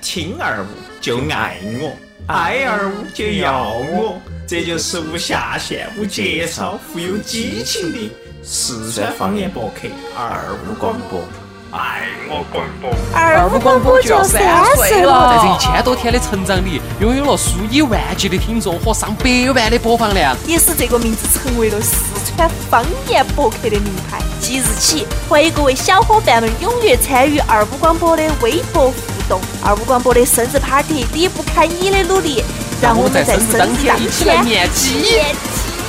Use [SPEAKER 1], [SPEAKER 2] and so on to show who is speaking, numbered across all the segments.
[SPEAKER 1] 听二五就爱我，爱二五就要我，这就是无下限、无节操、富有激情的四川方言博客二五广播。爱我广播，
[SPEAKER 2] 二五广播就要三岁了，
[SPEAKER 3] 在这一千多天的成长里，拥有了数以万计的听众和上百万的播放量。
[SPEAKER 2] 也使这个名字成为了四川方言博客的名牌。即日起，欢迎各位小伙伴们踊跃参与二五广播的微博互动，二五广播的生日 party 离不开你的努力，让我们在
[SPEAKER 3] 让我们在生日
[SPEAKER 2] 生
[SPEAKER 3] 当
[SPEAKER 2] 日
[SPEAKER 3] 天
[SPEAKER 2] 当
[SPEAKER 3] 一起
[SPEAKER 2] 天
[SPEAKER 3] 来面基
[SPEAKER 2] 面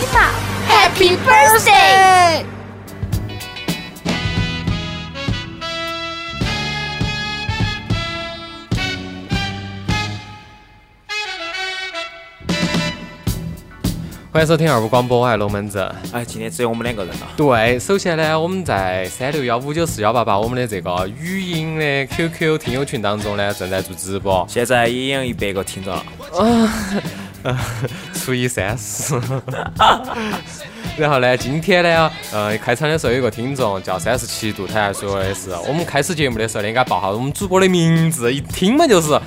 [SPEAKER 2] 基吧，Happy birthday！
[SPEAKER 3] 欢迎收听二五广播，我爱龙门阵。
[SPEAKER 1] 哎，今天只有我们两个人了。
[SPEAKER 3] 对，首先呢，我们在三六幺五九四幺八八我们的这个语音的 QQ 听友群当中呢，正在做直播，
[SPEAKER 1] 现在已经有一百个听众了，
[SPEAKER 3] 除以三十。 然后呢，今天呢，呃，开场的时候有个听众叫三十七度，他还说的是，我们开始节目的时候呢，应该报下我们主播的名字，一听嘛就是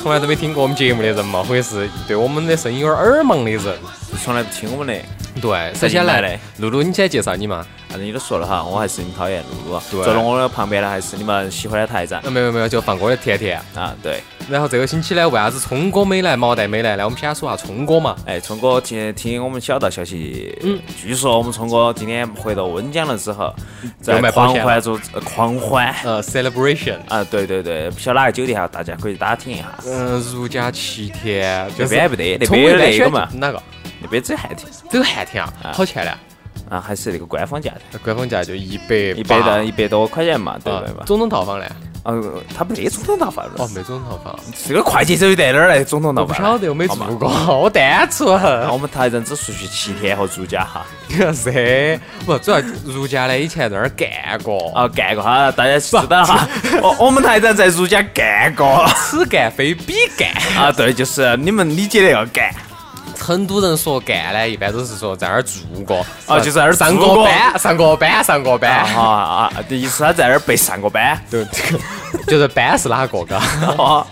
[SPEAKER 3] 从来都没听过我们节目的人嘛，或者是对我们的声音有点耳盲的人。
[SPEAKER 1] 从来不听我们的。
[SPEAKER 3] 对，首先
[SPEAKER 1] 来
[SPEAKER 3] 来，露露，你先介绍你嘛？
[SPEAKER 1] 反正你都说了哈，我还是很讨厌露露啊。
[SPEAKER 3] 对
[SPEAKER 1] 坐到我的旁边的还是你们喜欢的台长
[SPEAKER 3] 呃，没有没有，就放歌的甜甜。
[SPEAKER 1] 啊。对，
[SPEAKER 3] 然后这个星期呢，为啥子聪哥没来，毛蛋没来？来，我们先说下聪哥嘛。
[SPEAKER 1] 哎，聪哥听听我们小道消息，
[SPEAKER 3] 嗯
[SPEAKER 1] 据说我们聪哥今天回到温江了之后，在
[SPEAKER 3] 嗯又卖保
[SPEAKER 1] 狂
[SPEAKER 3] 险了
[SPEAKER 1] 欢中呃狂欢
[SPEAKER 3] 呃，celebration，
[SPEAKER 1] 啊，对对对，不晓得哪个酒店哈，大家可以打听一下。
[SPEAKER 3] 嗯、如家七天，
[SPEAKER 1] 那边不得，那
[SPEAKER 3] 聪
[SPEAKER 1] 边
[SPEAKER 3] 哥
[SPEAKER 1] 有
[SPEAKER 3] 一般
[SPEAKER 1] 那
[SPEAKER 3] 喜欢
[SPEAKER 1] 个嘛，
[SPEAKER 3] 哪个？
[SPEAKER 1] 那边只有汉庭
[SPEAKER 3] 只有汉庭啊，
[SPEAKER 1] 啊
[SPEAKER 3] 好钱呢？
[SPEAKER 1] 啊，还是那个官方价的，
[SPEAKER 3] 官方价就一百
[SPEAKER 1] 一
[SPEAKER 3] 一
[SPEAKER 1] 百到一百多块钱嘛，对
[SPEAKER 3] 啊
[SPEAKER 1] 不对，吧？
[SPEAKER 3] 总统套房呢？
[SPEAKER 1] 呃，他没总统套房
[SPEAKER 3] 哦，没总统套房，
[SPEAKER 1] 这个会计手续在哪儿来总统
[SPEAKER 3] 我
[SPEAKER 1] 套
[SPEAKER 3] 不
[SPEAKER 1] 房？
[SPEAKER 3] 晓得，我没
[SPEAKER 1] 好
[SPEAKER 3] 住
[SPEAKER 1] 嘛
[SPEAKER 3] 过， 我单
[SPEAKER 1] 那
[SPEAKER 3] 纯。
[SPEAKER 1] 我们台人只出去七天和如家哈，
[SPEAKER 3] 是，不，主要如家呢，以前在那儿干过，
[SPEAKER 1] 啊干过哈，大家知道哈。我我们台人在如家干过
[SPEAKER 3] 此干非彼干。
[SPEAKER 1] 啊，对，就是你们理解的要干
[SPEAKER 3] 成都人说干呢，一般都是说在那儿住过，
[SPEAKER 1] 啊就在那儿
[SPEAKER 3] 上
[SPEAKER 1] 住
[SPEAKER 3] 过
[SPEAKER 1] 过
[SPEAKER 3] 班，上过班，上过
[SPEAKER 1] 啊
[SPEAKER 3] 班。
[SPEAKER 1] 哈啊，啊的意思他在那儿被上过班
[SPEAKER 3] 对，就是班是哪个？嘎。
[SPEAKER 1] 啊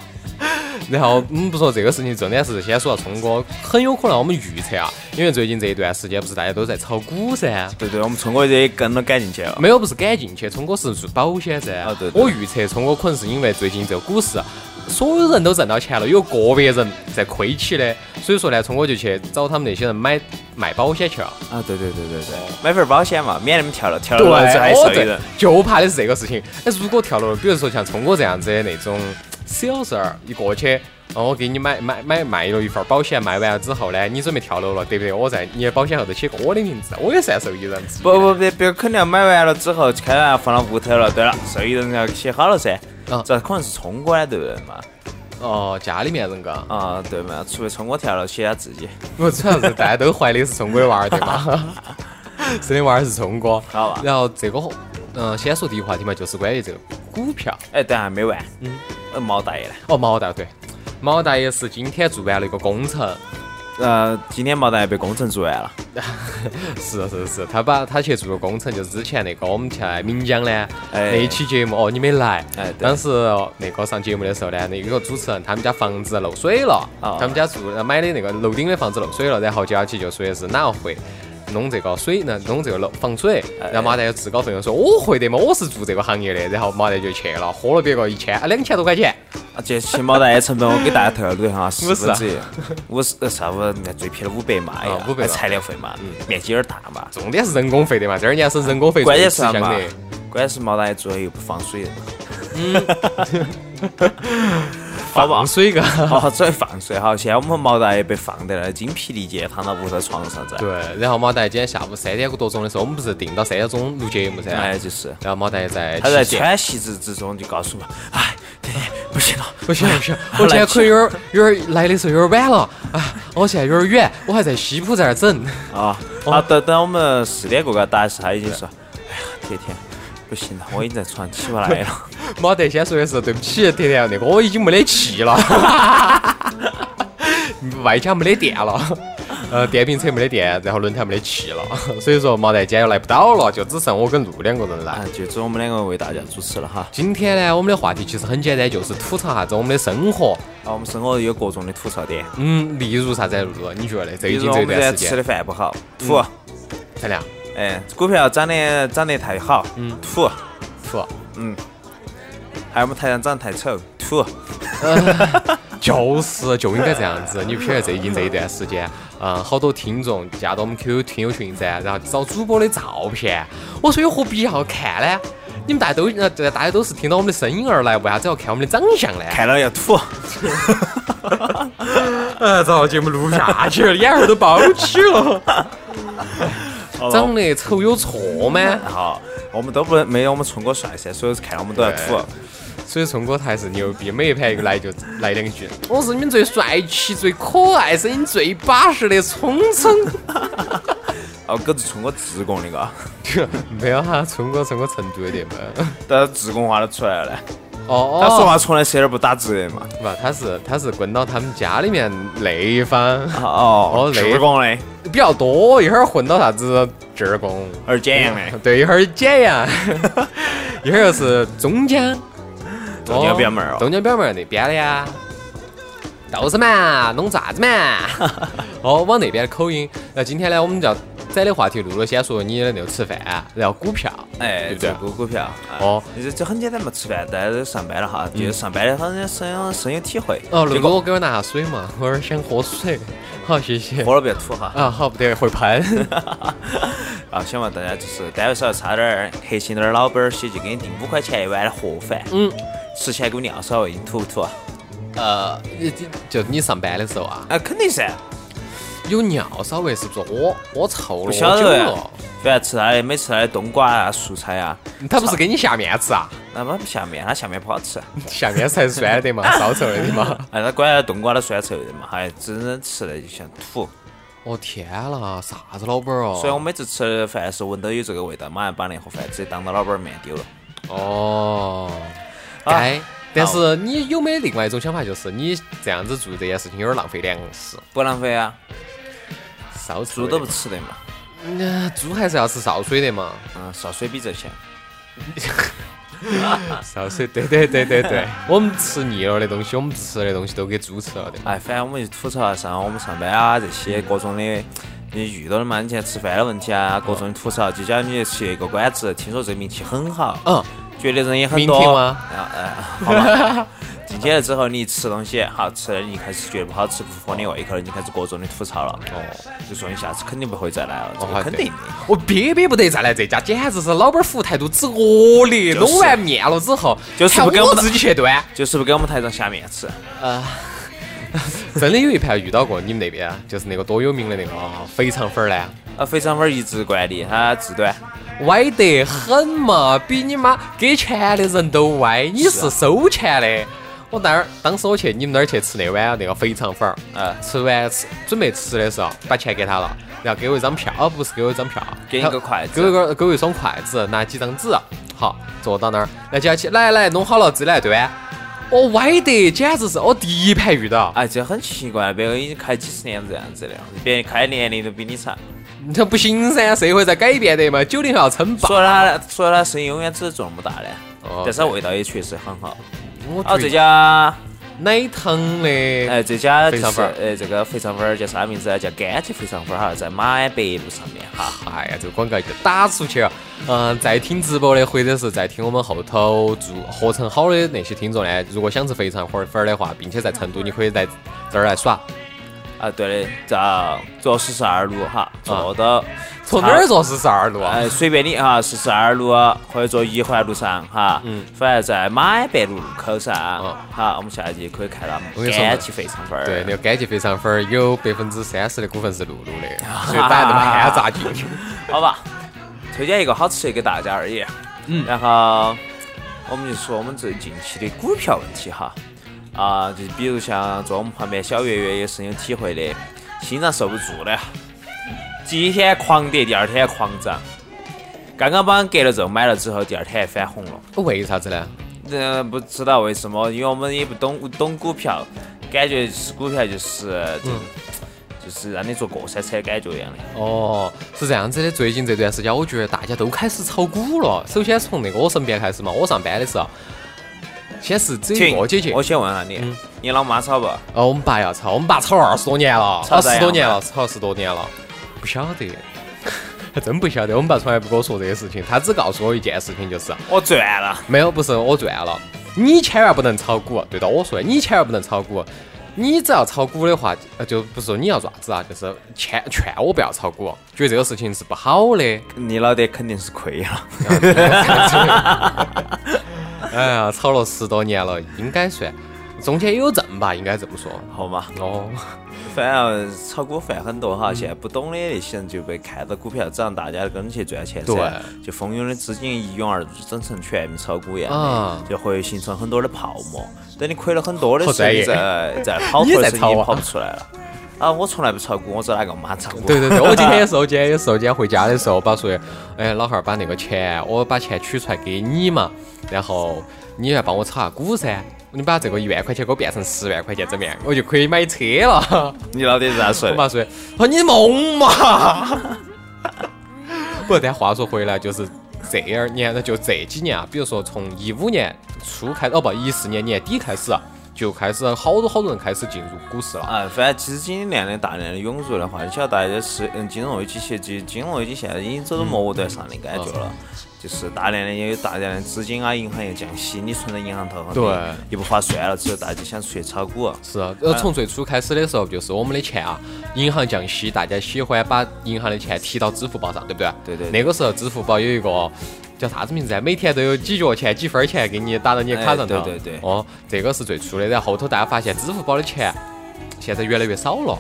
[SPEAKER 3] 然后我们不说这个事情，重点是先说到聪哥，很有可能我们预测啊，因为最近这一段时间不是大家都在炒股噻，
[SPEAKER 1] 对对，我们聪哥也跟了赶进去了。
[SPEAKER 3] 啊没有不是赶进去，聪哥是做保险噻。
[SPEAKER 1] 啊对对
[SPEAKER 3] 我预测聪哥可能是因为最近这个股市，啊所有人都挣到钱了，有个别人在亏起的，所以说呢，聪哥就去找他们那些人买卖保险去了。
[SPEAKER 1] 啊，对对对对对，买份儿保险嘛，免得你们跳楼，跳了哎楼之呃后还
[SPEAKER 3] 我
[SPEAKER 1] 受益
[SPEAKER 3] 这
[SPEAKER 1] 人。
[SPEAKER 3] 哦就怕的是这个事情。哎，如果跳楼，比如说像聪哥这样子的那种小事儿，一过去，哦，我给你买买买卖了一份儿保险，卖完了之后呢，你准备跳楼了，对不对？我在你的保险后头写个我的名字，我也算受益人之一。
[SPEAKER 1] 不不不，别肯定要买完了之后开完放到屋头了。对了，受益人要写好了噻
[SPEAKER 3] 啊，
[SPEAKER 1] 这可能是聪哥的，对不对嘛？
[SPEAKER 3] 哦，家里面人嘎，
[SPEAKER 1] 啊，对嘛，除非聪哥跳了，写他自己。
[SPEAKER 3] 我主要是大家都怀的是聪哥的娃儿，对 吧？生的娃儿是聪哥。
[SPEAKER 1] 好吧
[SPEAKER 3] 然后这个，嗯、先说第一个话题嘛，就是关于这个股票。
[SPEAKER 1] 哎，但还没完，嗯，呃，毛大爷呢？
[SPEAKER 3] 哦，毛大对，毛大爷是今天做完了一个工程。
[SPEAKER 1] 呃，今天毛大爷被工程做完了，
[SPEAKER 3] 是是是，他把他去做个工程，就是之前那个我们去岷江呢、
[SPEAKER 1] 哎
[SPEAKER 3] 那一期节目哦，你没来。
[SPEAKER 1] 哎对
[SPEAKER 3] 当时哦那个上节目的时候呢，那个主持人他们家房子漏水了，
[SPEAKER 1] 哦
[SPEAKER 3] 他们家住呃买的那个楼顶的房子漏水了，然后就要去就说的是哪个会。弄这个水呢，弄这个漏防水，
[SPEAKER 1] 哎
[SPEAKER 3] 然后马蛋就自告奋勇说我会的嘛，我是做这个行业的，然后马蛋就去了，喝了别个一千啊两千多块钱，
[SPEAKER 1] 啊，这期毛大爷成本我给大家透露一 下，四
[SPEAKER 3] 十啊
[SPEAKER 1] 分之一，五十呃啥不，最便宜的五百嘛，哎呀
[SPEAKER 3] 哦，500嘛
[SPEAKER 1] 还材料费嘛，面积有点大嘛，
[SPEAKER 3] 重点是人工费的嘛，这儿人家是人工费
[SPEAKER 1] 关
[SPEAKER 3] 最
[SPEAKER 1] 键
[SPEAKER 3] 吃
[SPEAKER 1] 是啥啊
[SPEAKER 3] 香
[SPEAKER 1] 嘛
[SPEAKER 3] 的，？
[SPEAKER 1] 关键是毛大爷做的又不防水的， 好吧
[SPEAKER 3] 嗯防水个。
[SPEAKER 1] 好，只能放水哈。现在我们毛大爷被放得了，精疲力竭，躺到屋头床上噻。
[SPEAKER 3] 对，然后马大爷今天下午三点多钟的时候，我们不是定到三点钟录节目噻？
[SPEAKER 1] 哎，就是
[SPEAKER 3] 然后马大爷在
[SPEAKER 1] 他在
[SPEAKER 3] 骑电
[SPEAKER 1] 喘息之之中就告诉我，哎，天天不行了，
[SPEAKER 3] 不行 不行，
[SPEAKER 1] 哎
[SPEAKER 3] 我今天可以
[SPEAKER 1] 来
[SPEAKER 3] 有点有点来的时候有点晚了啊，我现在有点远，我还在西浦这儿整。
[SPEAKER 1] 啊啊！等等，我们四点过给他打的时候，他已经说，哎呀，天天不行了，我已经在床上起不来 了。
[SPEAKER 3] 马大爷先说的是对不起，甜甜那 个我已经没得气了，外加没得电了。呃，电瓶车没得电，然后轮胎没得气了， 所以说毛蛋今天又来不到了，就只剩我跟路两个人来
[SPEAKER 1] 啊。，就只有我们两个为大家主持了哈。
[SPEAKER 3] 今天呢，我们的话题其实很简单，就是吐槽下子我们的生活。
[SPEAKER 1] 啊，我们生活有各种的吐槽点，
[SPEAKER 3] 嗯，例如啥子？露露，你觉得
[SPEAKER 1] 比
[SPEAKER 3] 最
[SPEAKER 1] 如
[SPEAKER 3] 近
[SPEAKER 1] 说我
[SPEAKER 3] 这
[SPEAKER 1] 们这
[SPEAKER 3] 段时
[SPEAKER 1] 吃
[SPEAKER 3] 间嗯
[SPEAKER 1] 的饭不好，吐；
[SPEAKER 3] 咱俩
[SPEAKER 1] 哎，股票涨得涨得太好，
[SPEAKER 3] 嗯
[SPEAKER 1] 吐；
[SPEAKER 3] 吐，
[SPEAKER 1] 还有我们台上长得太丑，吐。
[SPEAKER 3] 就是就应该这样子。你不晓得最近这一段时间，嗯，好多听众加到我们 QQ 听友群噻，然后找主播的照片，我说有何必要看呢？你们大家都呃，大家都是听到我们的声音而来，为啥子要看我们的长相呢？
[SPEAKER 1] 看了要吐，
[SPEAKER 3] 呃，这节目录不下去了，眼儿都包起了。长得丑有错吗？
[SPEAKER 1] 好，我们都不没有我们春哥帅噻，所以看了我们都要吐
[SPEAKER 3] 对。所以聪哥他还是牛逼，每一盘一个来就来两句。 我是你们最帅气、最可爱、声音最巴适的聪聪。
[SPEAKER 1] 哦，狗是春哥自贡的嘎，
[SPEAKER 3] 没有哈，聪哥，聪哥成都有点嘛。
[SPEAKER 1] 但是自贡话都出来了，
[SPEAKER 3] 哦，
[SPEAKER 1] 他说话从来是有点不打字的嘛。
[SPEAKER 3] 不，他是他是滚到他们家里面那一方
[SPEAKER 1] 哦
[SPEAKER 3] 哦那
[SPEAKER 1] 自贡的，
[SPEAKER 3] 比较多，一会儿混到啥子劲儿工，
[SPEAKER 1] 而简阳 的，
[SPEAKER 3] 对，一会儿简阳， 一会儿又是中江，
[SPEAKER 1] 中间表妹儿哦
[SPEAKER 3] 东江表妹儿那边的呀，都是嘛，弄啥子嘛， 哦，往那边的口音。那今天呢，我们就要窄的话题，露露先说你的那个吃饭，然后股票，
[SPEAKER 1] 哎
[SPEAKER 3] 对，不
[SPEAKER 1] 这
[SPEAKER 3] 对？
[SPEAKER 1] 个股票，哎
[SPEAKER 3] 哦，嗯
[SPEAKER 1] 这这很简单嘛，吃饭大家都上班了哈，就是上班的，好像深有深有体会。
[SPEAKER 3] 哦，露
[SPEAKER 1] 结果
[SPEAKER 3] 露，我给我拿下水嘛，我有点想喝水。好，谢谢。
[SPEAKER 1] 喝了不要吐哈。
[SPEAKER 3] 啊，好，不对，会喷。
[SPEAKER 1] 啊，希望大家就是单位稍微差点儿，黑心点儿老板儿些就给你订五块钱一碗的盒饭，
[SPEAKER 3] 嗯，
[SPEAKER 1] 吃起来股尿骚味，你吐不吐啊？
[SPEAKER 3] 呃，你就你上班的时候啊，
[SPEAKER 1] 啊，肯定噻，
[SPEAKER 3] 有尿骚味，是不是屙屙臭了？
[SPEAKER 1] 不晓
[SPEAKER 3] 屙久
[SPEAKER 1] 得哎
[SPEAKER 3] 了。，
[SPEAKER 1] 反正吃他的，每次他的冬瓜啊、蔬菜啊，
[SPEAKER 3] 他不是给你下面吃啊？
[SPEAKER 1] 那么下面他下面不好吃，啊
[SPEAKER 3] 下面才酸 的嘛，烧臭的嘛。
[SPEAKER 1] 哎，他管他冬瓜都酸臭的嘛，还真正吃的就想吐。
[SPEAKER 3] 哦天啦，啥子老板儿哦？
[SPEAKER 1] 所以我每次吃饭的时候闻到有这个味道，马上把那盒饭直接当到老板儿面丢了。
[SPEAKER 3] 哦，
[SPEAKER 1] 啊
[SPEAKER 3] 该。但是你有没有另外一种想法，就是你这样子做这件事情有点浪费粮食，
[SPEAKER 1] 不浪费啊，
[SPEAKER 3] 烧
[SPEAKER 1] 猪
[SPEAKER 3] 猪
[SPEAKER 1] 都不，吃的嘛，
[SPEAKER 3] 那猪还是要吃潲水的嘛。
[SPEAKER 1] 嗯，烧水比这香。
[SPEAKER 3] 潲水，对对对对对， 我们吃腻了的东西，我们吃的东西都给猪吃了的。
[SPEAKER 1] 哎，反正我们就吐槽上我们上班啊这些各种的，你遇到的嘛，你现在吃饭的问题啊，各种的吐槽。就假如你去一个馆子，听说这名气很好，
[SPEAKER 3] 嗯，
[SPEAKER 1] 觉得人也很
[SPEAKER 3] 明
[SPEAKER 1] 多，
[SPEAKER 3] 天吗
[SPEAKER 1] 然后哎，好吧。进去了之后，你一吃东西好吃的，你开始觉得不好吃，不合你胃口了，你开始各种的吐槽了。
[SPEAKER 3] 哦，
[SPEAKER 1] 就说你下次肯定不会再来了，这
[SPEAKER 3] 哦
[SPEAKER 1] 个肯定的。
[SPEAKER 3] 我憋憋不得再来这家，简直是老板服务态度之恶劣。
[SPEAKER 1] 就是
[SPEAKER 3] 弄完面了之后，
[SPEAKER 1] 就是
[SPEAKER 3] 还
[SPEAKER 1] 不给我
[SPEAKER 3] 我
[SPEAKER 1] 们
[SPEAKER 3] 自己去端。
[SPEAKER 1] 就是不给我们台长下面吃，
[SPEAKER 3] 真的有一盘遇到过你们那边，啊就是那个多有名的那个啊肥肠粉儿呢，
[SPEAKER 1] 啊，肥肠粉儿一直贯的，它自端。
[SPEAKER 3] 歪得很嘛，比你妈给钱的人都歪。你是收钱的。我那儿当时我去你们那儿去吃那碗啊那个肥肠粉儿，呃
[SPEAKER 1] 嗯
[SPEAKER 3] 吃完吃准备吃的时候，把钱给他了，然后给我一张票，哦不是给我一张票，
[SPEAKER 1] 给你个筷子
[SPEAKER 3] 给我一个给我一双筷子，拿几张纸，好坐到那儿，那就要起来来弄好了自己来端。我、歪得简直是我哦第一盘遇到，
[SPEAKER 1] 哎，这很奇怪，别个已经开几十年这样子的了，别人开年龄都比你长。
[SPEAKER 3] 这不行噻，社会在改变的嘛，九零后要称霸。
[SPEAKER 1] 说他说他声音永远只是做那么大的，
[SPEAKER 3] 哦
[SPEAKER 1] 但是它味道也确实很好。
[SPEAKER 3] 我
[SPEAKER 1] 哦，这
[SPEAKER 3] 觉得
[SPEAKER 1] 家
[SPEAKER 3] 奶糖的，
[SPEAKER 1] 哎，这家就
[SPEAKER 3] 肥肠
[SPEAKER 1] 是
[SPEAKER 3] 粉儿
[SPEAKER 1] 呃，这个肥肠粉儿叫啥名字啊？叫甘记肥肠粉儿哈，在马鞍北路上面哈。
[SPEAKER 3] 哎呀，这个广告就打出去了。嗯、在听直播的，或者是在听我们后头做合成好的那些听众呢，如果想吃肥肠粉儿粉儿的话，并且在成都，你可以在这儿来耍。
[SPEAKER 1] 啊，对的，在坐四十二路哈，坐到
[SPEAKER 3] 从哪儿啊坐四十二路啊？
[SPEAKER 1] 哎，随便你哈，四十二路或者坐一环路上哈，
[SPEAKER 3] 嗯
[SPEAKER 1] 反正在马鞍北路路口上
[SPEAKER 3] 嗯，
[SPEAKER 1] 好，我们下一集可以看到
[SPEAKER 3] 我跟你说嘛
[SPEAKER 1] 甘记肥肠粉儿。
[SPEAKER 3] 对，那个干记肥肠粉儿有百分之三十的股份是露露 的，所以把那么憨杂进去。
[SPEAKER 1] 好吧，推荐一个好吃的给大家而已。嗯，然后我们就说我们最近期的股票问题哈，啊，就是比如像坐我们旁边小月月也深有体会的，心脏受不住了，第一天狂跌，第二天狂涨，刚刚帮隔了肉买了之后，第二天还翻红了。
[SPEAKER 3] 为啥子呢？
[SPEAKER 1] 嗯、不知道为什么，因为我们也不懂懂股票，感觉是股票就是这种、就是让你坐过山车的感觉一样的。
[SPEAKER 3] 哦，是这样子的，最近这段时间，我觉得大家都开始炒股了。首先是从那个我身边开始嘛，我上班的时候，先是只有一个姐姐
[SPEAKER 1] 嗯我，嗯先问下你，你老妈吵不？
[SPEAKER 3] 哦，我们爸要炒，我们爸炒了二十多年了，
[SPEAKER 1] 炒
[SPEAKER 3] 炒
[SPEAKER 1] 咋
[SPEAKER 3] 十
[SPEAKER 1] 样
[SPEAKER 3] 多年了，炒十多年了，不晓得，还 真不晓得。我们爸从来不跟我说这些事情，他只告诉我一件事情，就是
[SPEAKER 1] 我赚了，
[SPEAKER 3] 没有，不是我赚了，你千万不能炒股。对到我说的，你千万不能炒股。你只要炒股的话，呃，就不是说你要爪子啊，就是劝劝我不要炒股，觉得这个事情是不好的。
[SPEAKER 1] 你老爹肯定是亏了。
[SPEAKER 3] 哎呀，炒了十多年了，应该算，中间也有挣吧，应该这么说。
[SPEAKER 1] 好嘛，
[SPEAKER 3] 哦，
[SPEAKER 1] 反正炒股犯很多
[SPEAKER 3] 嗯
[SPEAKER 1] 哈，现在不懂的那些人就被看到股票涨，大家都跟着去赚钱噻，
[SPEAKER 3] 对
[SPEAKER 1] 就蜂拥的资金一涌而入，整成全民炒股一样
[SPEAKER 3] 啊
[SPEAKER 1] 的，就会形成很多的泡沫。等你亏了很多的
[SPEAKER 3] 好
[SPEAKER 1] 时候，
[SPEAKER 3] 专业
[SPEAKER 1] 你 再再跑
[SPEAKER 3] 你
[SPEAKER 1] 回来
[SPEAKER 3] 在
[SPEAKER 1] 时
[SPEAKER 3] 炒
[SPEAKER 1] 候，你
[SPEAKER 3] 啊
[SPEAKER 1] 跑不出来了。啊，我从来不炒股，我找哪个妈炒股？啊
[SPEAKER 3] 对对对，我今天也是，我今天也是，我今天回家的时候，把说的，哎，老汉儿把那个钱，我把钱取出来给你嘛，然后你来帮我炒下股噻，你把这个一万块钱给我变成十万块钱，怎么样？我就可以买车了。
[SPEAKER 1] 你老爹是咋说
[SPEAKER 3] 我
[SPEAKER 1] 的？
[SPEAKER 3] 爸说，哦，你梦嘛。 不，但话说回来，就是这二年，那就这几年啊，比如说从一五年初开，哦不，一四年年底开始啊，就开始好多好多人开始进入股市了。
[SPEAKER 1] 啊，反正其实今年的大量的涌入的话，你晓得大家是嗯金融危机，其实金金融危机现在已经走到末端上的感觉了，嗯就是大量的也有大量的资金啊，银行又降息，你存在银行投放
[SPEAKER 3] 对
[SPEAKER 1] 又不划算了，之后大家想出去炒股，
[SPEAKER 3] 是啊，呃，从最初开始的时候，就是我们的钱啊，银行降息，大家喜欢把银行的钱提到支付宝上，对不对？
[SPEAKER 1] 对对对
[SPEAKER 3] 那个时候，支付宝有一个叫啥子名字啊？每天都有几角钱、几分钱给你打到你的卡上头。
[SPEAKER 1] 哎对对对
[SPEAKER 3] 哦，这个是最初的，然后后头大家发现支付宝的钱现在越来越少了，